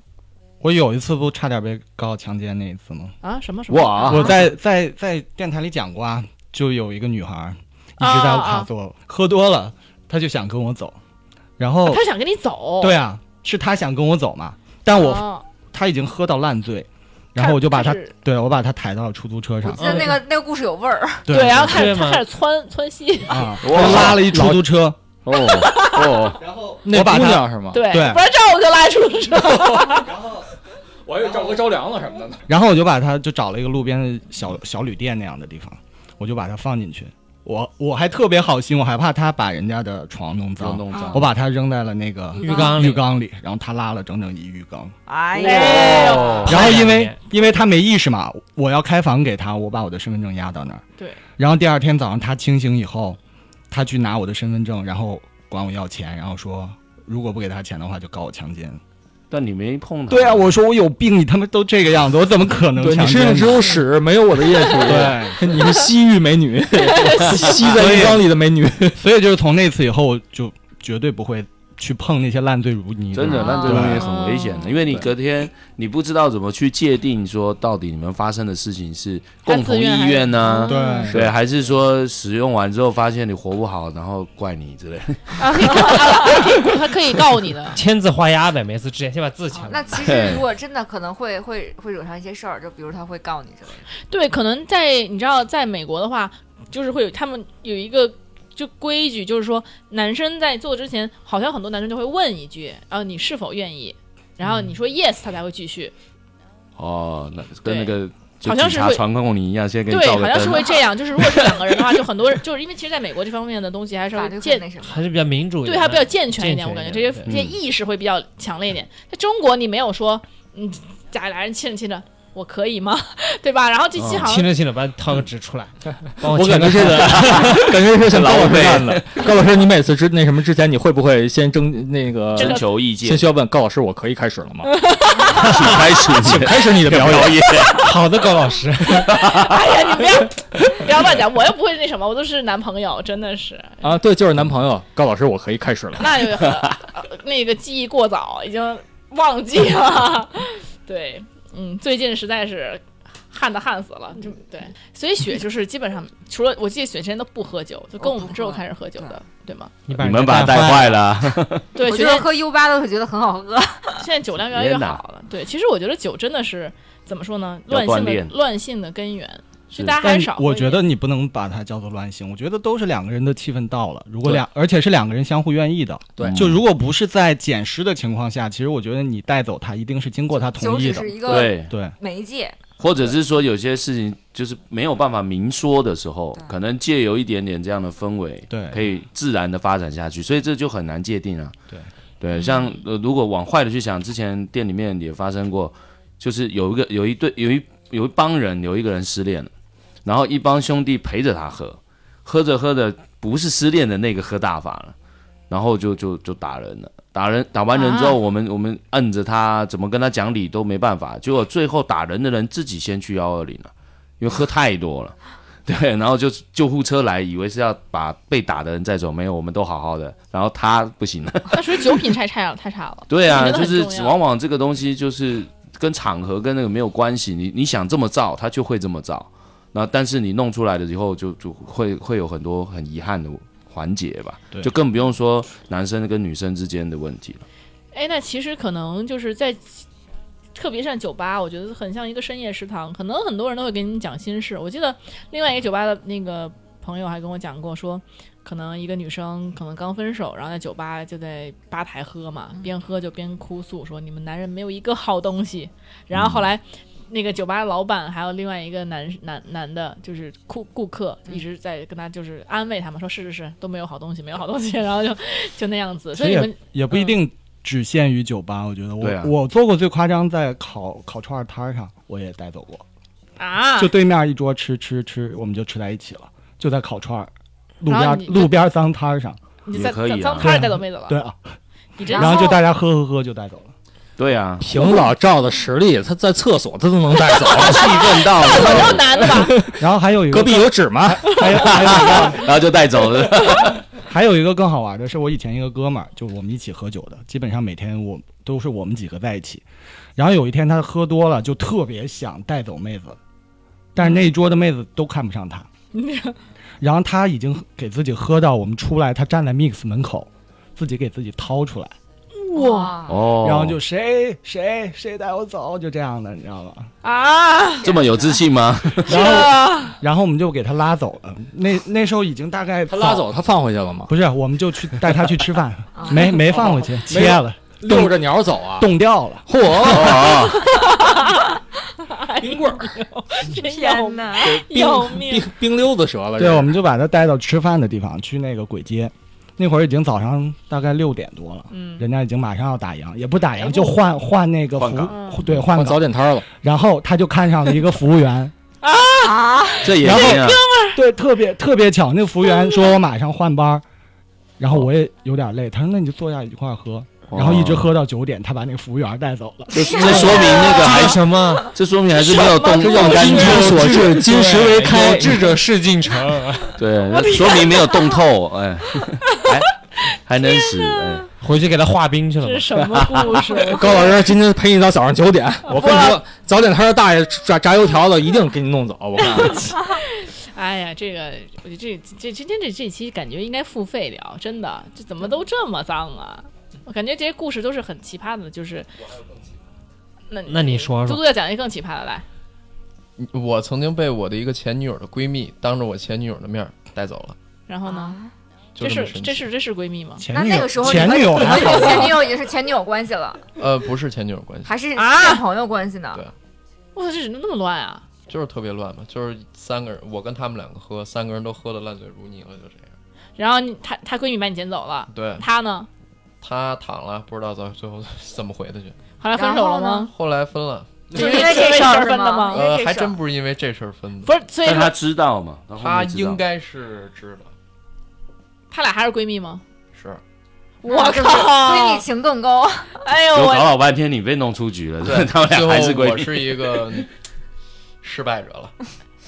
我有一次不差点被告强奸那一次吗？
啊什么什么
我啊，
我在在在电台里讲过啊，就有一个女孩儿一直在我卡座，喝多了，她就想跟我走，然后、
他想跟你走，
对啊，是她想跟我走嘛，
啊
但我、
哦
她已经喝到烂醉，然后我就把她
他是
对我把她抬到出租车上
啊
我，记得那个那个故事有味儿，
对
对，然后开
对
始他
吗
开始窜窜 稀，
啊，
哇
我拉了一出租车，
哦哦，
那
我把
姑
她
娘是
啊
吗？
对，
对
不然照我就拉出去了。
我还以为赵哥着凉了什么的呢。
然后我就把她就找了一个路边的小小旅店那样的地方，我就把她放进去，我我还特别好心，我还怕她把人家的床弄
不要
脏，
弄脏
我。把她扔在了那个
浴缸
浴
里，
缸里，然后她拉了整整一浴缸。
哎
哎
呀，
哦
呦，
然后因
太阳。
为因为他没意识嘛，我要开房给他，我把我的身份证压到那儿。
对。
然后第二天早上他清醒以后，他去拿我的身份证，然后管我要钱，然后说如果不给他钱的话就告我强奸。
但你没碰它。
对啊，我说我有病，你他妈都这个样子，我怎么可能
对你
强
身上
奸
只
呢？
有屎，没有我的液体。
对，
对， 你是西域美女，吸在浴缸里的美女。
所以就是从那次以后，我就绝对不会去碰那些烂醉如泥
真的，
人
那这
对
东西很危险的，因为你隔天你不知道怎么去界定说到底你们发生的事情是共同意愿呢、
对啊
嗯
对，还是说使用完之后发现你活不好，然后怪你之类的？
啊，可以告啊可以他可以告你的
签字画押呗，每次之前先把字签
哦
那
了。
其实如果真的可能会会会惹上一些事儿，就比如她会告你之类的。
对，可能在你知道，在美国的话，就是会有他们有一个就规矩，就是说男生在做之前，好像很多男生就会问一句，然后你是否愿意，然后
嗯
你说 yes，他才会继续。
哦，那跟那个就
好像
警
是
察
会
传控你一样，先给你
对，
照
好
个
像是会
灯。
这样。就是如果是两个人的话，就很多人就是因为其实在美国这方面的东西还是稍
法
微
律很
健
那什么，
还是比较民主一
对，
点，
它比较健全一
健
点，我感
全
觉
一
这
点
些这些
嗯
意识会比较强烈一点。在中国，你没有说，嗯，俩俩人亲着亲着，我可以吗？ 对吧？然后这期好
亲
像
着亲着，把你掏个纸 出来，帮
我
签
感
个
觉是
字。
的，感觉是想高老师干的。高老师，你每次之那什么之前，你会不会先征那个？
征求意
先
见，
需要问高老师，我可以开始了吗？
请开始， 请
开始你的表演。
演。
好的，高老师，
哎呀，你不要不要乱讲，我又不会那什么，我都是男朋友，真的是
啊，对，就是男朋友高老师，我可以开始了。
那就很、 呃那个记忆过早，已经忘记了。 对，嗯，最近实在是旱的旱死了，就
嗯
对，所以雪就是基本上除了我记得雪之前都不喝酒，就跟我
我
们
哦不
之后
喝嗯
开始喝酒的，对吗？
你把
你
人
们把它带
坏
坏了，
对，
我
雪之
觉得
前
喝 U 八都会觉得很好喝。
现在酒量越来越
天哪
好了。对，其实我觉得酒真的是怎么说呢？
要
乱性
锻
的
炼
乱性的根源，就是大家还
但
是少喝一点。
我觉得你不能把它叫做乱性，我觉得都是两个人的气氛到了，如果
对
两而且是两个人相互愿意的，
对
就如果不是在捡尸的情况下，其实我觉得你带走他一定是经过他
酒
同意
只
的
是，一个
对，
对，
媒介，
或者是说有些事情就是没有办法明说的时候
对，
可能借由一点点这样的氛围，
对
可以自然的发展下去，所以这就很难界定啊。
对
对，像呃，如果往坏的去想，之前店里面也发生过，就是有一个有一对有一有一帮人有一个人失恋了，然后一帮兄弟陪着他喝，喝着喝着不是失恋的那个喝大发了，然后就就就打人了。打人打完人之
啊
后，我们我们摁着他，怎么跟他讲理都没办法。结果最后打人的人自己先去幺二零了，因为喝太多了。对，然后就救护车来，以为是要把被打的人载走，没有，我们都好好的。然后他不行了，
那属于酒品太差了，太差了。
对啊，
我觉得
就
很
是
重要
往往这个东西就是跟场合跟那个没有关系，你你想这么造，他就会这么造。那但是你弄出来了以后就，就会会有很多很遗憾的环节吧，
对
就更不用说男生跟女生之间的问题了。
哎，那其实可能就是在，特别像酒吧，我觉得很像一个深夜食堂，可能很多人都会给你讲心事。我记得另外一个酒吧的那个朋友还跟我讲过说。可能一个女生可能刚分手，然后在酒吧就在吧台喝嘛，边喝就边哭诉说你们男人没有一个好东西。然后后来，那个酒吧老板还有另外一个男男男的，就是顾顾客一直在跟他就是安慰他们说是是是都没有好东西，没有好东西， 然后就就那样子。所以
其
你
实
们嗯
也不一定只限于酒吧，我觉得我、
对啊
我做过最夸张，在烤烤串儿摊儿上我也带走过，
啊，
就对面一桌吃吃吃，我们就吃在一起了，就在烤串儿路
然后
边
你
路边脏摊儿上，
你
也
在
可以
在
啊
脏摊儿带走妹子了，
对啊，
你真
然
然
后
后就大家喝喝喝就带走了，
对啊，
凭老赵的实力，他在厕所他都能带走。
气愤到
我要男的吧？
然后还有一个
隔壁有纸吗？
还有还有一个
然后就带走了。
还有一个更好玩的是，我以前一个哥们儿，就我们一起喝酒的，基本上每天我都是我们几个在一起。然后有一天他喝多了，就特别想带走妹子，但是那一桌的妹子都看不上他。然后他已经给自己喝到我们出来，他站在 Mix 门口，自己给自己掏出来，
哇
哦，
然后就谁谁谁带我走，就这样的，你知道吗？
啊，
这么有自信吗？
然后然后我们就给他拉走了。那那时候已经大概
他拉走，他放回去了吗？
不是，我们就去带他去吃饭，没没放回去，
哦
切了，
溜着鸟 走啊！
冻掉了。
嚯，
哦，
冰棍儿、
真要
天哪！
要
冰
命！
冰冰溜子折了。
对，我们就把他带到吃饭的地方，去那个簋街。那会儿已经早上大概六点多了，
嗯，
人家已经马上要打烊，也不
哎
打烊，就换换那个服
换岗
嗯
务，对，换
换哦早
岗。
点摊儿了。
然后他就看上了一个服务 员，
啊，
这也行啊，
对，特别特别巧。那服务员说我马上换班儿，然后我也有点累，他说那你就坐下一块儿喝，然后一
哦
直喝到九点，他把那个服务员带走了。
这这说明那
啊
个还什么？这说明还是没有动
这
动
叫
干
金
净
之。所至，金石为开。
有志者事竟成。
对，说明没有冻透，哎，还还能使，哎，
回去给他化冰去了
这
吗
是？什么故事？
高老师今天陪你到早上九点，我跟你说，早点摊儿大爷炸炸油条的一定给你弄走。我告诉你，
哎呀，这个我觉得这这今天这这期感觉应该付费聊，真的，这怎么都这么脏啊？我感觉这些故事都是很奇葩的，就是。那
那你说
嘟
说，
嘟要讲一个更奇葩的来，
我曾经被我的一个前女友的闺蜜当着我前女友的面儿带走了，
然后呢？
就
这
么
是
神奇。
这是这是闺蜜吗？
前
那
女
那
友，
个时候你
前
们
女友
你
还
们
好
跟前女
吧？
友也是前女友关系了，
呃，不是前女友关系，
还是
啊
前朋友关系呢？
对
哇，这人那么乱啊！
就是特别乱嘛，就是三个人，我跟他们两个喝，三个人都喝的烂醉如泥了，就这样。
然后你她她闺蜜把你捡走了，
对
她呢？
他躺了，不知道到最后怎么回的去，
后来分手了
然后
吗？
后来分了，
就是因为这事儿
分的吗
吗？因
呃，
为
还
这事
真
儿，
不是因为这事儿分的，
不是，所以
但
说
他知道嘛？后
他
面知道
应该是知道，
她俩还是闺蜜吗？
是
我
啊这不是闺
靠
蜜！情更高，
哎呦
我搞
我，
老半天，你被弄出 局了，
对，
他们
最
俩
后
还是闺
我
蜜。
是一个失败者 了，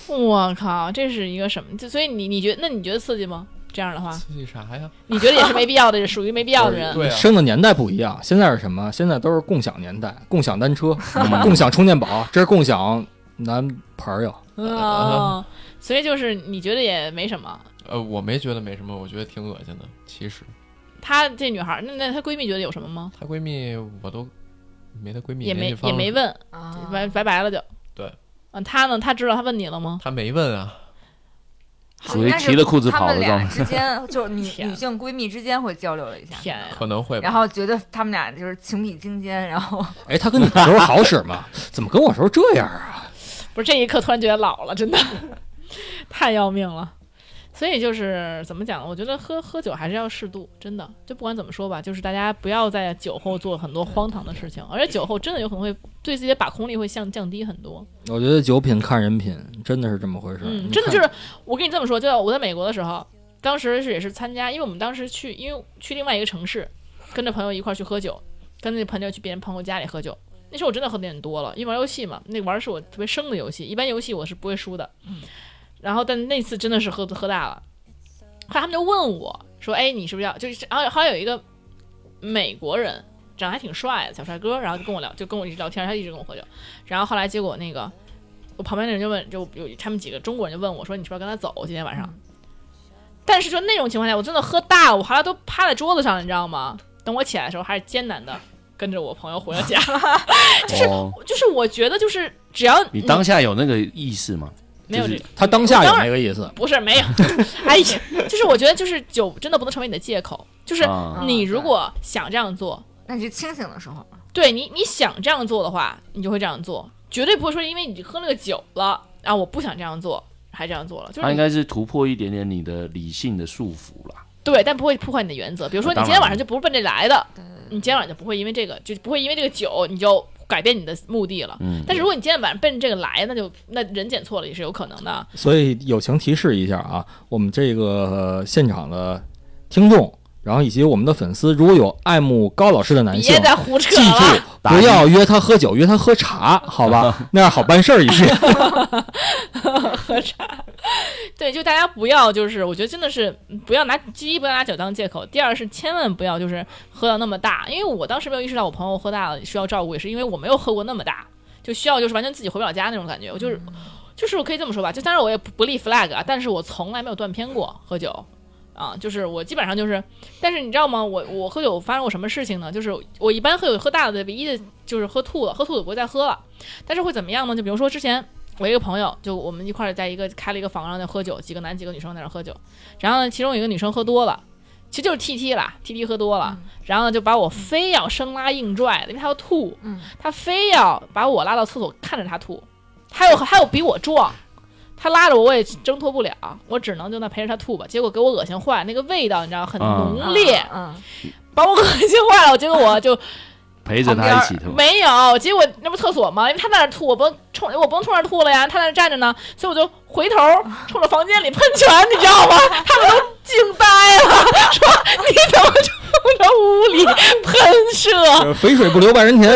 我靠，这是一个什么？就所以你你觉得那你觉得刺激吗？这样的话，
刺激啥呀？
你觉得也是没必要的， 属于没必要的人。
对啊，
生的年代不一样，现在是什么？现在都是共享年代，共享单车，共享充电宝，这是共享男朋友。
嗯，所以就是你觉得也没什么。
呃，我没觉得没什么，我觉得挺恶心的。其实
她这女孩儿，那那她闺蜜觉得有什么吗？
她闺蜜我都没她闺蜜
也没
联系方
也
式
没，问，
啊
拜拜拜了就。
对，
嗯，她呢？她知道她问你了吗？
她没问啊，
属于提了裤子跑
他
的
们
状
俩
态。
之 间，就是女
天
女性闺蜜之间会交流了一下，
天呀！
可能会
然
吧。
后觉得他们俩就是情比金坚，然后
哎，他跟你时候好使吗？怎么跟我时候这样啊？
不是这一刻突然觉得老了，真的太要命了。所以就是怎么讲，我觉得喝喝酒还是要适度，真的。就不管怎么说吧，就是大家不要在酒后做很多荒唐的事情，而且酒后真的有可能会对自己的把控力会降降低很多。
我觉得酒品看人品，真的是这么回事儿。
嗯，
你
真的就
看
是我跟你这么说，就我在美国的时候，当时是也是参加，因为我们当时去，因为去另外一个城市，跟着朋友一块儿去喝酒，跟着朋友去别人朋友家里喝酒。那时候我真的喝的有点多了，因为玩游戏嘛，那玩的是我特别生的游戏，一般游戏我是不会输的。
嗯
然后但那次真的是喝喝大了，后来他们就问我说：“哎，你是不是要？”就是然后后来有一个美国人，长得还挺帅的小帅哥，然后就跟我聊，就跟我一直聊天，他一直跟我喝酒。然后后来结果那个我旁边的人就问，就有他们几个中国人就问我说：“你是不是要跟他走？今天晚上？”但是说那种情况下，我真的喝大了，我后来都趴在桌子上，你知道吗？等我起来的时候，还是艰难的跟着我朋友回了家。就是
哦，
就是我觉得，就是只要嗯
你当下有那个意识吗？
没有
就
这
是
他当下
我当
有
然
那个意思，
不是没有， 哎呀，就是我觉得就是酒真的不能成为你的借口，就是嗯
啊
你如果想这样做，
那你就清醒的时候，
对你你想这样做的话，你就会这样做，绝对不会说因为你喝那个酒了啊，我不想这样做还这样做了，就是
他啊应
你
该是突破一点点你的理性的束缚啦。
对，但不会破坏你的原则。比如说，
啊
你
当
今天
然
晚上就不是奔这来的，
对
你今天晚上就不会因为这个，就不会因为这个酒你就改变你的目的了。
嗯，
但是如果你今天晚上奔这个来，那就那人捡错了也是有可能的。
所以友情提示一下啊，我们这个、呃现场的听众，然后以及我们的粉丝，如果有爱慕高老师的
嗯
男
哎
性
别，再胡扯
记住
了，
不要约他喝酒，约他喝茶，好吧？那样好办事儿一些。
喝茶。对，就大家不要，就是我觉得真的是嗯不要拿第一不要拿酒当借口，第二是千万不要就是喝到那么大，因为我当时没有意识到我朋友喝大了需要照顾，也是因为我没有喝过那么大，就需要就是完全自己回不了家那种感觉，我就是。就是我可以这么说吧，就当然我也不不立 flag 啊，但是我从来没有断片过喝酒，啊，就是我基本上就是，但是你知道吗？我我喝酒发生过什么事情呢？就是我一般喝酒喝大了的唯一的就是喝吐了，喝吐了不会再喝了，但是会怎么样呢？就比如说之前我一个朋友，就我们一块儿在一个开了一个房，然后在喝酒，几个男几个女生在那儿喝酒，然后呢，其中有一个女生喝多了。其实就是 T T 啦，T T 喝多了，然后呢就把我非要生拉硬拽的，因为她要吐，
嗯
她非要把我拉到厕所看着她吐，还有还有比我壮，她拉着我我也挣脱不了，我只能就那陪着她吐吧。结果给我恶心坏，那个味道你知道很
嗯
浓烈，
嗯，
把 我恶心坏了。结果我就
陪着他一起吐。
没有，结果那不是厕所吗？因为他在那儿吐，我不能冲，我不能冲那儿吐了呀，他在那儿站着呢，所以我就回头冲着房间里喷泉，你知道吗？ 他们都惊呆了， 说你怎么冲着屋里喷射？
肥水不流外人田，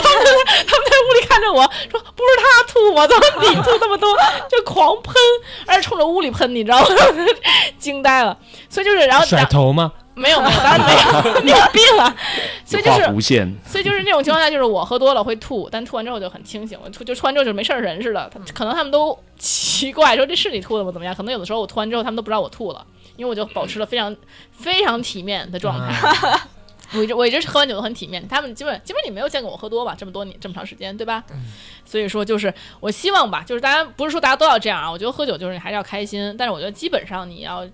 他们在屋里看着我说：“不是他吐吗？怎么你吐那么多？” 就狂喷，而且冲着屋里喷，你知道吗？惊呆了。所以就是，然后
甩头吗？
没有没有，当然没有， 你有病啊！所以就是
画弧线，
所以就是那种情况下，就是我喝多了会吐，但吐完之后就很清醒，我吐就吐完之后就没事儿人似的。他可能他们都奇怪，说这是你吐的吗？怎么样？可能有的时候我吐完之后，他们都不知道我吐了，因为我就保持了非常非常体面的状态。
啊
我一直我一直喝完酒都很体面，他们基本基本你没有见过我喝多吧？这么多年这么长时间，对吧？所以说就是我希望吧，就是大家不是说大家都要这样啊，我觉得喝酒就是你还是要开心，但是我觉得基本上你要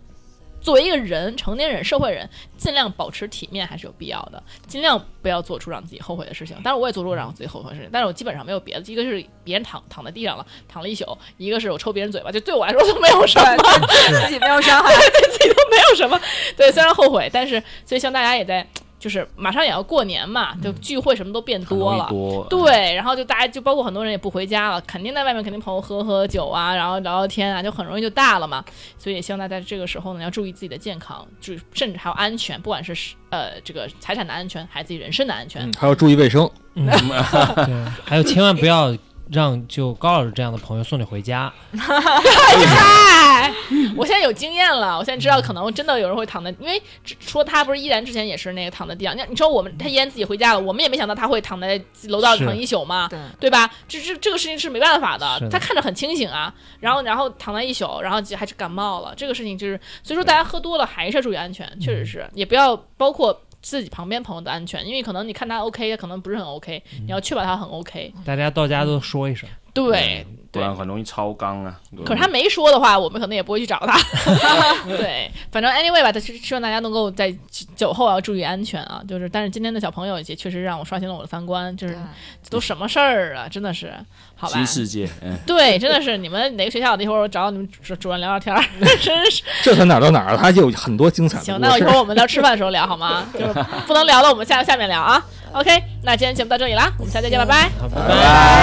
作为一个人，成年人、社会人，尽量保持体面还是有必要的，尽量不要做出让自己后悔的事情。当然我也做出让我自己后悔的事情，但是我基本上没有别的，一个是别人躺躺在地上了，躺了一宿；一个是我抽别人嘴巴，就对我来说都没有什么。
嗯自己没有伤害，
自己都没有 什么。对，虽然后悔，但是所以希望大家也在，就是马上也要过年嘛，就聚会什么都变
嗯很容
多
易
了。
多，
对，然后就大家就包括很多人也不回家了，肯定在外面肯定朋友喝喝酒啊，然后聊聊天啊，就很容易就大了嘛。所以也希望大家这个时候呢要注意自己的健康，注意甚至还有安全，不管是呃这个财产的安全，还是自己人身的安全。
嗯还要注意卫生。
嗯，对，还有千万不要让就高老师这样的朋友送你回家，
嗨， 我现在有经验了，我现在知道可能真的有人会躺在，因为只说他不是依然之前也是那个躺在地上，那你说我们他依然自己回家了，我们也没想到他会躺在楼道里
是
躺一宿嘛，
对，
对吧？这这这个事情是没办法的
是，的
他看着很清醒啊，然后然后躺在一宿，然后就还是感冒了，这个事情就是，所以说大家喝多了还是要注意安全，确实
嗯
是，也不要包括。自己旁边朋友的安全，因为可能你看他 OK，可能不是很 OK，你要确保他很 OK。
大家到家都说一声。
对，
不然很容易超纲啊。
可是他没说的话，我们可能也不会去找他。 对，反正 anyway 吧，就是希望大家能够在酒后要注意安全啊。就是，但是今天的小朋友也确实让我刷新了我的三观，就是
对
这都什么事儿啊，真的是，好吧
新。世界，嗯，
对，真的是你们哪个学校的？一会儿我找你们主主任聊聊 天儿，真是。
这才哪儿到哪儿了，他就有很多精彩的
行，
故
那一
事
会。儿我们到吃饭的时候聊好吗？就是不能聊了，我们下下面聊啊。OK，那今天节目到这里啦，我们下次再见，拜拜。
好，拜
拜拜。